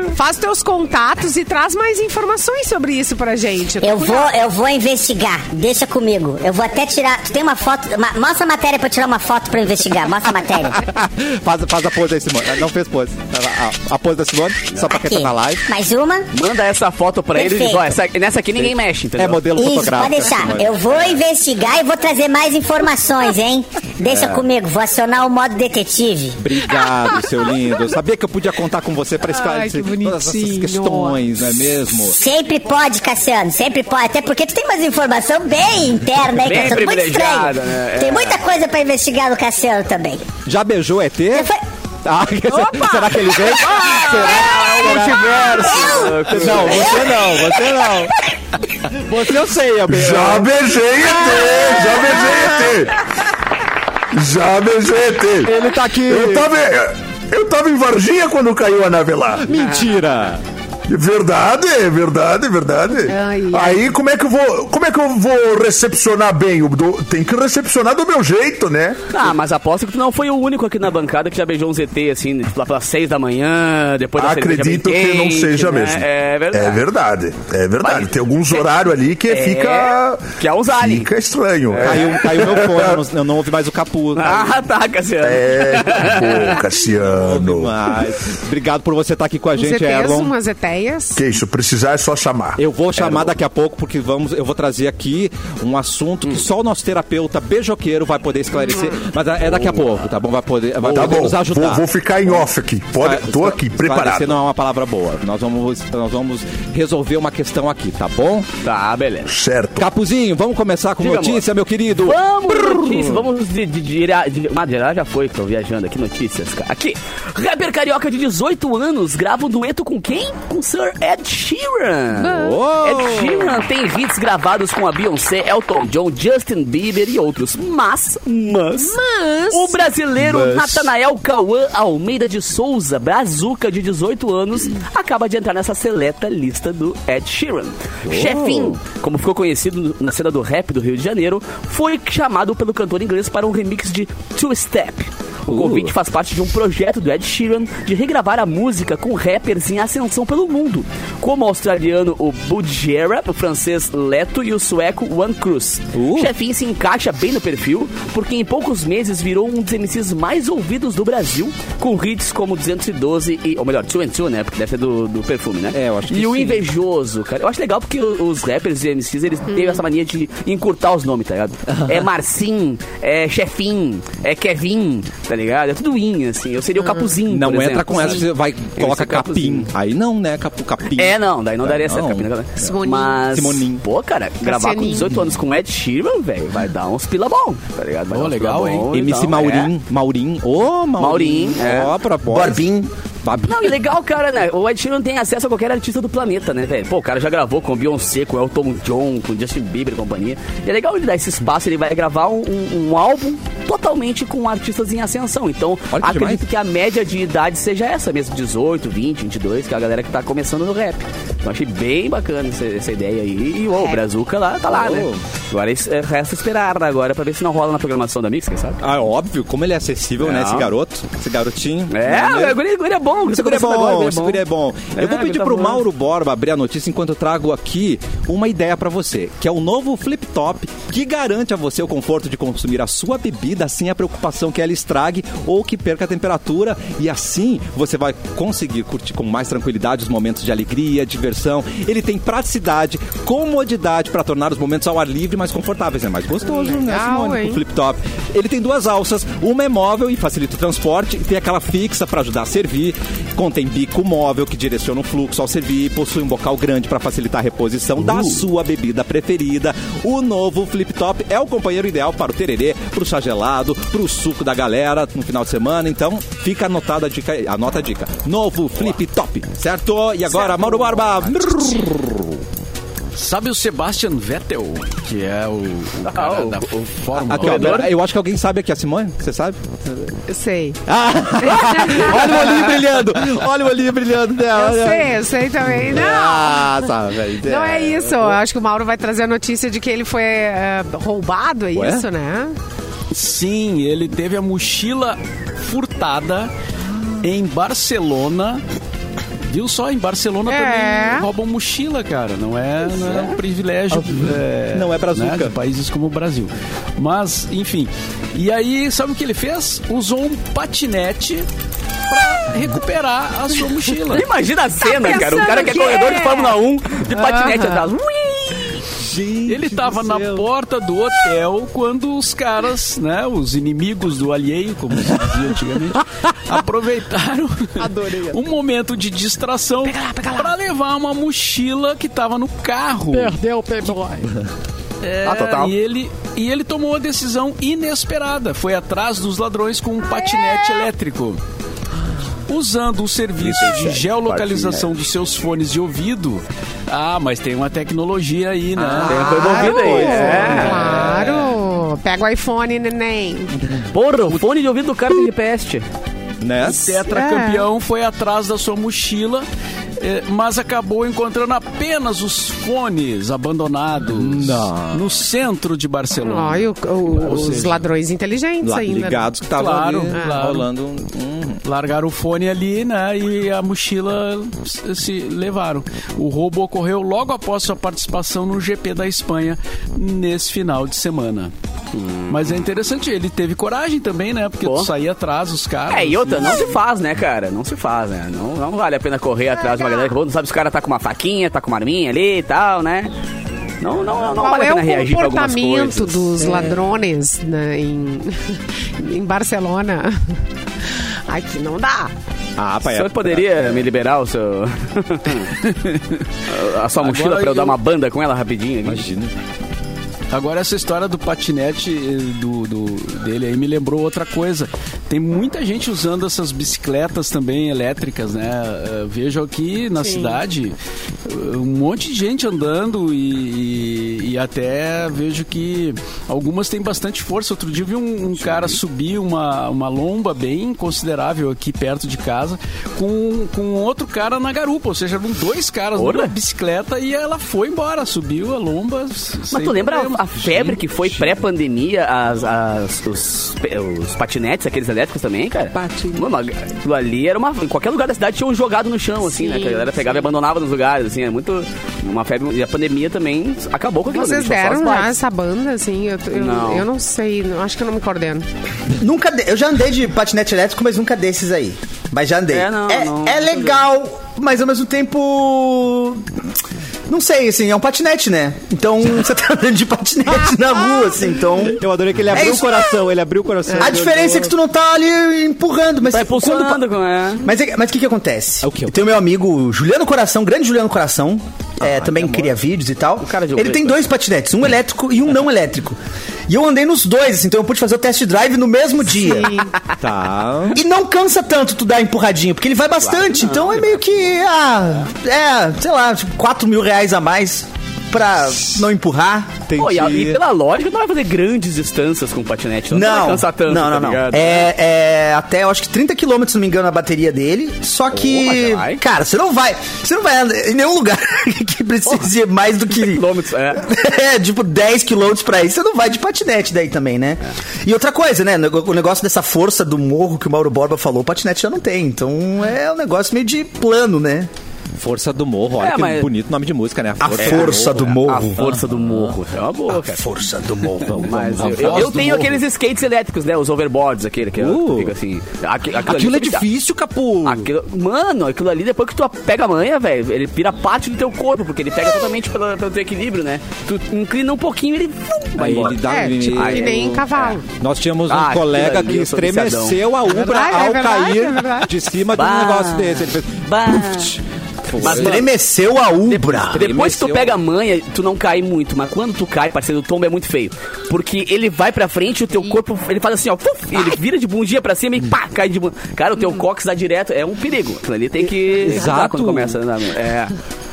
[SPEAKER 8] dá-
[SPEAKER 5] faz teus contatos e traz mais informações sobre isso pra gente.
[SPEAKER 1] É,
[SPEAKER 8] Eu vou, eu vou investigar, deixa comigo. Eu vou até tirar. Tu tem uma foto. ma- mostra a matéria pra eu tirar uma foto pra eu investigar. Mostra a matéria.
[SPEAKER 1] faz, faz a pose aí, Simone. Ah, Não fez pose. A- A, a pose da Simone, só pra quem
[SPEAKER 8] Aqui.
[SPEAKER 1] tá na live.
[SPEAKER 8] Mais uma.
[SPEAKER 3] Manda essa foto pra ele e diz,
[SPEAKER 8] Perfeito.
[SPEAKER 3] ó, essa- nessa aqui ninguém mexe, entendeu?
[SPEAKER 1] É modelo
[SPEAKER 8] Isso,
[SPEAKER 1] fotográfico.
[SPEAKER 8] pode
[SPEAKER 3] né,
[SPEAKER 8] deixar.
[SPEAKER 1] Simone.
[SPEAKER 8] Eu vou
[SPEAKER 3] É.
[SPEAKER 8] investigar e vou trazer mais informações, hein?
[SPEAKER 3] É.
[SPEAKER 8] Deixa comigo, vou acionar o modo detetive.
[SPEAKER 1] Obrigado, seu lindo. Eu sabia que eu podia contar com você pra
[SPEAKER 5] Ai,
[SPEAKER 1] esclarecer
[SPEAKER 5] que
[SPEAKER 1] todas essas
[SPEAKER 5] bonitinho.
[SPEAKER 1] questões, não é mesmo?
[SPEAKER 8] Sempre pode, Cassiano, sempre pode. Até porque tu tem umas informação bem interna,
[SPEAKER 3] Bem
[SPEAKER 8] hein, Cassiano? Muito
[SPEAKER 3] privilegiada,
[SPEAKER 8] estranho.
[SPEAKER 3] né? É.
[SPEAKER 8] Tem muita coisa pra investigar no Cassiano também.
[SPEAKER 1] Já beijou ET?
[SPEAKER 8] foi-
[SPEAKER 1] Ah, será que ele veio? será que multiverso? Não, você não, você não. Você eu sei, eu
[SPEAKER 6] Já beijei ET! Já beijei ET! Já beijei ET!
[SPEAKER 1] Ele tá aqui.
[SPEAKER 6] Eu tava. Eu tava em Varginha quando caiu a nave lá.
[SPEAKER 1] Mentira.
[SPEAKER 6] Verdade, verdade, verdade.
[SPEAKER 5] Ai,
[SPEAKER 6] Aí como é que eu vou, como é que eu vou recepcionar bem? Eu dou- Tem que recepcionar do meu jeito, né?
[SPEAKER 3] Ah, mas aposto que tu não foi o único aqui na bancada que já beijou um ZT, assim, lá pelas seis da manhã, depois da cerveja bem
[SPEAKER 6] Acredito que não
[SPEAKER 3] quente,
[SPEAKER 6] seja
[SPEAKER 3] né?
[SPEAKER 6] mesmo.
[SPEAKER 3] É verdade.
[SPEAKER 6] É verdade. é verdade.
[SPEAKER 3] Mas-
[SPEAKER 6] Tem alguns horários ali que fica.
[SPEAKER 3] que é os aliens.
[SPEAKER 6] Fica estranho.
[SPEAKER 1] É. Caiu, caiu meu fone, eu não, eu não ouvi mais o capu. Caiu
[SPEAKER 3] Ah, tá, Cassiano.
[SPEAKER 6] É, pô, Cassiano.
[SPEAKER 1] demais. Obrigado por você estar aqui com a
[SPEAKER 5] Uns
[SPEAKER 1] gente, é,
[SPEAKER 5] ETs,
[SPEAKER 1] Erlon.
[SPEAKER 5] assim umas ETs.
[SPEAKER 6] Que isso, precisar é só chamar.
[SPEAKER 1] Eu vou chamar daqui a pouco, porque vamos, eu vou trazer aqui um assunto
[SPEAKER 6] Hum.
[SPEAKER 1] que só o nosso terapeuta beijoqueiro vai poder esclarecer. Mas é daqui a pouco, tá bom? Vai poder, vai
[SPEAKER 6] Tá
[SPEAKER 1] poder
[SPEAKER 6] bom,
[SPEAKER 1] nos ajudar.
[SPEAKER 6] vou, vou ficar em off aqui. Pode,
[SPEAKER 1] Esclare-
[SPEAKER 6] tô aqui,
[SPEAKER 1] Esclarecer
[SPEAKER 6] preparado.
[SPEAKER 1] não é uma palavra boa. Nós vamos, nós vamos resolver uma questão aqui, tá bom?
[SPEAKER 3] Tá, beleza.
[SPEAKER 6] Certo.
[SPEAKER 1] Capuzinho, vamos começar com
[SPEAKER 3] Diga,
[SPEAKER 1] notícia, meu querido.
[SPEAKER 3] Vamos, notícias, vamos de, de, de, ira- de, ah, de ira já foi, tô viajando aqui, notícias, cara. Aqui, rapper carioca de 18 anos grava um dueto com quem? Com Sir Ed Sheeran.
[SPEAKER 1] Oh.
[SPEAKER 3] Ed Sheeran tem hits gravados com a Beyoncé, Elton John, Justin Bieber e outros. Mas, mas, o brasileiro Natanael Cauã Almeida de Souza, brazuca de 18 anos, acaba de entrar nessa seleta lista do Ed Sheeran. Chefinho, como ficou conhecido na cena do rap do Rio de Janeiro, foi chamado pelo cantor inglês para um remix de Two Step.
[SPEAKER 1] Uh.
[SPEAKER 3] O convite faz parte de um projeto do Ed Sheeran de regravar a música com rappers em ascensão pelo mundo, como o australiano o Budgera, o francês Leto e o sueco One Cruz.
[SPEAKER 1] Uh.
[SPEAKER 3] Chefinho se encaixa bem no perfil, porque em poucos meses virou um dos MCs mais ouvidos do Brasil, com hits como 212 e, ou melhor, 212, né? Porque deve ser do, do perfume, né?
[SPEAKER 1] É, eu acho que
[SPEAKER 3] E o
[SPEAKER 1] sim.
[SPEAKER 3] invejoso, cara. Eu acho legal porque o- os rappers e MCs, eles têm essa mania de encurtar os nomes, tá ligado? É Marcin, é Chefin, é Kevin, tá ligado? É tudo in, assim. Eu seria o Capuzinho,
[SPEAKER 1] Não
[SPEAKER 3] por
[SPEAKER 1] entra
[SPEAKER 3] exemplo,
[SPEAKER 1] com essa,
[SPEAKER 3] sabe?
[SPEAKER 1] você vai, coloca
[SPEAKER 3] esse capuzinho.
[SPEAKER 1] capim. Aí não, né? Capu, capim.
[SPEAKER 3] É, não, daí não
[SPEAKER 1] Daí
[SPEAKER 3] daria certo,
[SPEAKER 1] não.
[SPEAKER 3] Capina. galera.
[SPEAKER 5] Simoninho.
[SPEAKER 3] Mas,
[SPEAKER 1] Simoninho.
[SPEAKER 3] pô, cara, gravar com
[SPEAKER 5] Marcelinho.
[SPEAKER 3] 18 anos com Ed Sheeran, velho, vai dar uns pila bom, tá ligado? Vai
[SPEAKER 7] Pô,
[SPEAKER 3] dar uns pila
[SPEAKER 7] legal, hein?
[SPEAKER 3] bom e
[SPEAKER 1] MC
[SPEAKER 3] tal,
[SPEAKER 1] Maurim,
[SPEAKER 3] é.
[SPEAKER 1] Maurim. Ô, Maurim.
[SPEAKER 3] Maurim, é.
[SPEAKER 1] Ó, pra voz.
[SPEAKER 4] Borbim.
[SPEAKER 1] Babi-
[SPEAKER 3] Não, e legal, cara, né? O Ed Sheeran tem acesso a qualquer artista do planeta, né, velho? Pô, o cara já gravou com Beyoncé, com Elton John, com Justin Bieber e companhia. E é legal ele dar esse espaço, ele vai gravar um, um- um álbum totalmente com artistas em ascensão. Então,
[SPEAKER 1] Olha que
[SPEAKER 3] acredito
[SPEAKER 1] demais.
[SPEAKER 3] que a média de idade seja essa mesmo, 18, 20, 22, que é a galera que tá começando no rap. Então, achei bem bacana essa, essa ideia aí. E ô, o Brazuca lá, tá lá, né? Agora é, resta esperar agora pra ver se não rola na programação da Mix, quem sabe?
[SPEAKER 1] Ah, óbvio, como ele é acessível, né?
[SPEAKER 3] Não.
[SPEAKER 1] Esse garoto, esse garotinho. né,
[SPEAKER 3] É,
[SPEAKER 1] Maneiro.
[SPEAKER 3] o guri, guri é bom.
[SPEAKER 1] Esse guri é bom, esse guri é bom.
[SPEAKER 3] É,
[SPEAKER 1] Eu vou pedir
[SPEAKER 3] tá
[SPEAKER 1] pro
[SPEAKER 3] bom.
[SPEAKER 1] Mauro Borba abrir a notícia enquanto eu trago aqui uma ideia pra você, que é o novo flip top que garante a você o conforto de consumir a sua bebida sem a preocupação que ela estrague ou que perca a temperatura e assim você vai conseguir curtir com mais tranquilidade os momentos de alegria, diversão. Ele tem praticidade, comodidade pra tornar os momentos ao ar livre mais confortáveis, é mais gostoso, né,
[SPEAKER 5] Legal,
[SPEAKER 1] Simone?
[SPEAKER 5] hein?
[SPEAKER 1] O flip top. Ele tem duas alças, uma é móvel e facilita o transporte, e tem aquela fixa para ajudar a servir, contém bico móvel que direciona o fluxo ao servir, possui um bocal grande para facilitar a reposição da sua bebida preferida. O novo flip top é o companheiro ideal para o tererê, para o chá gelado, para o suco da galera no final de semana, então fica anotada a dica, aí, anota a dica. Novo flip top, certo? E agora, Mauro Barba.
[SPEAKER 7] Sabe o Sebastian Vettel, que é o, o cara
[SPEAKER 3] o-
[SPEAKER 7] da Fórmula
[SPEAKER 1] Aqui, ó, eu acho que alguém sabe aqui, a Simone, você sabe?
[SPEAKER 5] Eu sei.
[SPEAKER 1] Olha o olhinho brilhando! Olha o olhinho brilhando dela!
[SPEAKER 5] Eu
[SPEAKER 1] É, olha.
[SPEAKER 5] sei, eu sei também. Não!
[SPEAKER 1] Ah, sabe, velho.
[SPEAKER 5] Não é isso, eu acho que o Mauro vai trazer a notícia de que ele foi eh, roubado, é
[SPEAKER 1] Ué?
[SPEAKER 5] isso, né?
[SPEAKER 7] Sim, ele teve a mochila furtada em Barcelona. Viu só? Em Barcelona
[SPEAKER 5] É.
[SPEAKER 7] também roubam mochila, cara. Não é, não é um privilégio. é,
[SPEAKER 1] Não é brazuca.
[SPEAKER 7] de países como o Brasil. Mas, enfim. E aí, sabe o que ele fez? Usou um patinete pra recuperar a sua mochila.
[SPEAKER 3] Imagina a cena, cara. O
[SPEAKER 5] Tá pensando
[SPEAKER 3] cara que é
[SPEAKER 5] que
[SPEAKER 3] corredor de
[SPEAKER 5] é?
[SPEAKER 3] Fórmula 1 de patinete atrás.
[SPEAKER 1] Gente
[SPEAKER 7] Ele
[SPEAKER 1] do
[SPEAKER 7] tava na
[SPEAKER 1] céu.
[SPEAKER 7] porta do hotel quando os caras, né, os inimigos do alheio, como se dizia antigamente, aproveitaram um momento de distração para levar uma mochila que tava no carro.
[SPEAKER 2] Perdeu o Playboy.
[SPEAKER 7] É,
[SPEAKER 3] total.
[SPEAKER 7] E ele, e ele tomou a decisão inesperada. Foi atrás dos ladrões com um patinete elétrico. Usando o serviço de geolocalização dos seus fones de ouvido. Ah, mas tem uma tecnologia aí, né?
[SPEAKER 3] envolvido
[SPEAKER 1] Ah,
[SPEAKER 3] aí. É.
[SPEAKER 5] Claro! Pega o iPhone, neném.
[SPEAKER 3] Porra, o fone de ouvido do cara tem de peste.
[SPEAKER 1] Né?
[SPEAKER 7] tetracampeão foi atrás da sua mochila, eh, mas acabou encontrando apenas os fones abandonados no centro de Barcelona.
[SPEAKER 5] Ó, e o- o-
[SPEAKER 7] Ou
[SPEAKER 5] os
[SPEAKER 7] seja,
[SPEAKER 5] ladrões inteligentes
[SPEAKER 1] Lá,
[SPEAKER 5] ainda. né?
[SPEAKER 1] ligados que estavam
[SPEAKER 7] Claro,
[SPEAKER 1] ali
[SPEAKER 7] claro.
[SPEAKER 1] rolando um- um-
[SPEAKER 7] Largaram o fone ali, né? E a mochila se- se levaram. O roubo ocorreu logo após sua participação no GP da Espanha nesse final de semana. Mas é interessante, ele teve coragem também, né? Porque
[SPEAKER 3] Hum. Pô.
[SPEAKER 7] tu saía atrás os caras.
[SPEAKER 3] É, e outra,
[SPEAKER 7] assim,
[SPEAKER 3] não se faz, né, cara? Não se faz, né? Não, não vale a pena correr atrás de uma galera que não sabe se o cara tá com uma faquinha, tá com uma arminha ali e tal, né? Não, não, não
[SPEAKER 5] Qual
[SPEAKER 3] vale a
[SPEAKER 5] é
[SPEAKER 3] pena
[SPEAKER 5] o
[SPEAKER 3] reagir pra algumas coisas. É.
[SPEAKER 5] comportamento dos ladrones né, em, em Barcelona? Aqui não dá.
[SPEAKER 1] Ah,
[SPEAKER 3] O
[SPEAKER 1] pai,
[SPEAKER 3] senhor poderia me liberar o seu... a sua mochila
[SPEAKER 7] Agora
[SPEAKER 3] pra eu, dar
[SPEAKER 7] eu-
[SPEAKER 3] uma banda com ela rapidinho? aqui?
[SPEAKER 1] Imagina.
[SPEAKER 7] Agora essa história do patinete eh, do, do- dele aí me lembrou outra coisa. Tem muita gente usando essas bicicletas também elétricas, né? Eh, Vejo aqui na cidade eh, um monte de gente andando e, e- e até vejo que algumas têm bastante força. Outro dia eu vi um, um cara subir uma, uma lomba bem considerável aqui perto de casa com, com outro cara na garupa, ou seja, eram dois caras
[SPEAKER 3] Olha.
[SPEAKER 7] numa bicicleta e ela foi embora, subiu a lomba.
[SPEAKER 4] é
[SPEAKER 3] Mas tu lembra a, a febre que foi pré-pandemia, as, as- os, pe- os patinetes, aqueles elétricos também, cara.
[SPEAKER 2] Patinete.
[SPEAKER 3] Mano, aquilo ali era uma. Em qualquer lugar da cidade tinha um jogado no chão, assim, né? Que a galera pegava e abandonava nos lugares, assim. É muito. Uma febre. E a pandemia também acabou com aquilo.
[SPEAKER 5] Vocês
[SPEAKER 3] né? Deixou só as
[SPEAKER 5] deram já
[SPEAKER 3] bikes.
[SPEAKER 5] essa banda, assim? Eu, eu-
[SPEAKER 3] Não.
[SPEAKER 5] eu não sei, não- acho que eu não me coordeno.
[SPEAKER 4] Nunca de- Eu já andei de patinete elétrico, mas nunca desses aí. Mas já andei.
[SPEAKER 3] É, não, não,
[SPEAKER 4] é
[SPEAKER 3] não
[SPEAKER 4] legal, mas ao mesmo tempo. Não sei, assim, é um patinete, né? Então você tá andando de patinete na rua, assim, então.
[SPEAKER 1] Eu adorei que ele abriu o
[SPEAKER 4] isso.
[SPEAKER 1] coração, ele abriu o coração.
[SPEAKER 4] A diferença é que tu não tá ali empurrando, mas.
[SPEAKER 3] Tá
[SPEAKER 4] quando pa-
[SPEAKER 3] impulsionando, como é.
[SPEAKER 4] Mas é- mas o que que acontece?
[SPEAKER 1] É o quê?
[SPEAKER 4] Eu tenho meu amigo Juliano Coração, grande Juliano Coração,
[SPEAKER 1] Ah,
[SPEAKER 4] é, também cria vídeos e tal.
[SPEAKER 3] cara de um
[SPEAKER 4] Ele tem
[SPEAKER 3] preto.
[SPEAKER 4] dois patinetes, um elétrico e um não elétrico. E eu andei nos dois, assim, então eu pude fazer o test drive no mesmo dia.
[SPEAKER 1] Tá.
[SPEAKER 4] E não cansa tanto tu dar empurradinha, porque ele vai bastante. então é meio que. Ah, é, sei lá, tipo, 4 mil reais a mais pra não empurrar.
[SPEAKER 1] Entendi.
[SPEAKER 3] Pô, e, a- e pela lógica, não vai fazer grandes distâncias com patinete. Não, vai cansar tanto,
[SPEAKER 4] não,
[SPEAKER 3] tá
[SPEAKER 4] não, não.
[SPEAKER 3] ligado?
[SPEAKER 4] É, é até, eu acho que 30 km, se não me engano, a bateria dele. Só que,
[SPEAKER 3] mas vai.
[SPEAKER 4] cara, você não vai, você não vai em nenhum lugar que precise mais do que
[SPEAKER 3] Quilômetros, é.
[SPEAKER 4] é, tipo 10 quilômetros pra isso, você não vai de patinete daí também, né?
[SPEAKER 3] É.
[SPEAKER 4] E outra coisa, né? nego- O negócio dessa força do morro que o Mauro Borba falou, o patinete já não tem. Então é um negócio meio de plano, né?
[SPEAKER 1] Força do Morro, olha
[SPEAKER 3] É,
[SPEAKER 1] que
[SPEAKER 3] mas-
[SPEAKER 1] bonito nome de música, né?
[SPEAKER 4] A
[SPEAKER 3] É.
[SPEAKER 4] força do
[SPEAKER 3] A
[SPEAKER 4] morro.
[SPEAKER 3] força do morro. É uma boa, cara.
[SPEAKER 4] Força do morro.
[SPEAKER 3] Mas eu,
[SPEAKER 4] Vamos,
[SPEAKER 3] eu-
[SPEAKER 4] vamos.
[SPEAKER 3] eu tenho aqueles skates elétricos, né? Os overboards, aquele que
[SPEAKER 1] Uh.
[SPEAKER 3] fica assim. Aqui, aquilo,
[SPEAKER 1] Aquilo
[SPEAKER 3] ali-
[SPEAKER 1] é difícil, Capu.
[SPEAKER 3] Aquilo- mano, aquilo ali, depois que tu pega a manha, velho, ele vira parte do teu corpo, porque ele pega totalmente pela- pelo teu equilíbrio, né? Tu inclina um pouquinho, ele. vai
[SPEAKER 1] Aí
[SPEAKER 3] embora.
[SPEAKER 1] ele dá
[SPEAKER 5] é,
[SPEAKER 1] ele-
[SPEAKER 5] tipo, que
[SPEAKER 3] aí,
[SPEAKER 5] nem cavalo.
[SPEAKER 1] Nós tínhamos um
[SPEAKER 3] Ah, aquilo
[SPEAKER 1] colega
[SPEAKER 3] ali,
[SPEAKER 1] que
[SPEAKER 3] eu sou viciadão.
[SPEAKER 1] estremeceu a Ubra
[SPEAKER 5] verdade, é
[SPEAKER 1] ao
[SPEAKER 5] verdade,
[SPEAKER 1] cair
[SPEAKER 5] é verdade.
[SPEAKER 1] de cima de um
[SPEAKER 3] Bah.
[SPEAKER 1] negócio desse. Ele fez.
[SPEAKER 3] Bah.
[SPEAKER 1] Puft. Foi.
[SPEAKER 3] Mas, mano,
[SPEAKER 4] Estremeceu a Ubra.
[SPEAKER 1] Ah,
[SPEAKER 3] Depois que tu
[SPEAKER 1] Estremeceu.
[SPEAKER 3] pega a manha, tu não cai muito, mas quando tu cai, parceiro, o tombo é muito feio. Porque ele vai pra frente, o teu corpo, ele faz assim, ó, puf, e ele vira de bundinha pra cima e pá, cai de bundinha. Cara, o
[SPEAKER 1] Hum.
[SPEAKER 3] teu cox dá direto, é um perigo. Aquilo ali tem que evitar quando começa a andar. É,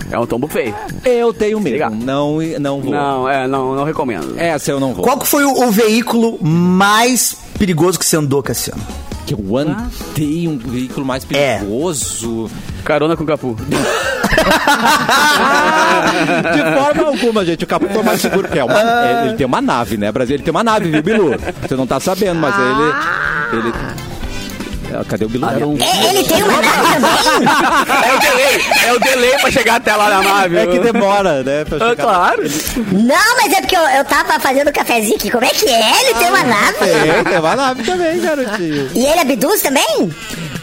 [SPEAKER 3] é um tombo feio.
[SPEAKER 1] Eu tenho medo.
[SPEAKER 3] Liga.
[SPEAKER 1] Não, não vou.
[SPEAKER 3] Não, é, não, não recomendo.
[SPEAKER 1] Essa eu não vou.
[SPEAKER 4] Qual que foi o, o veículo mais perigoso que você andou, Cassiano?
[SPEAKER 1] Que eu andei um veículo mais perigoso.
[SPEAKER 3] Carona com capu.
[SPEAKER 1] De forma alguma, gente. O Capu foi mais seguro que é. Uma,
[SPEAKER 8] Ah.
[SPEAKER 1] é, ele tem uma nave, né, Brasil? Ele tem uma nave, viu, Bilu? Você não tá sabendo, mas ele. ele... Ah, Cadê o Bilu? Era um-
[SPEAKER 8] É, ele tem uma nave também?
[SPEAKER 3] É o delay, é o delay pra chegar até lá na nave.
[SPEAKER 1] É que demora, né?
[SPEAKER 3] Ah,
[SPEAKER 1] pra chegar-
[SPEAKER 3] claro.
[SPEAKER 8] Não, mas é porque eu, eu tava fazendo um cafezinho aqui. Como é que é? Ele tem
[SPEAKER 3] Ah.
[SPEAKER 8] uma nave?
[SPEAKER 1] É, tem uma nave também, garotinho.
[SPEAKER 8] E ele é abduz também?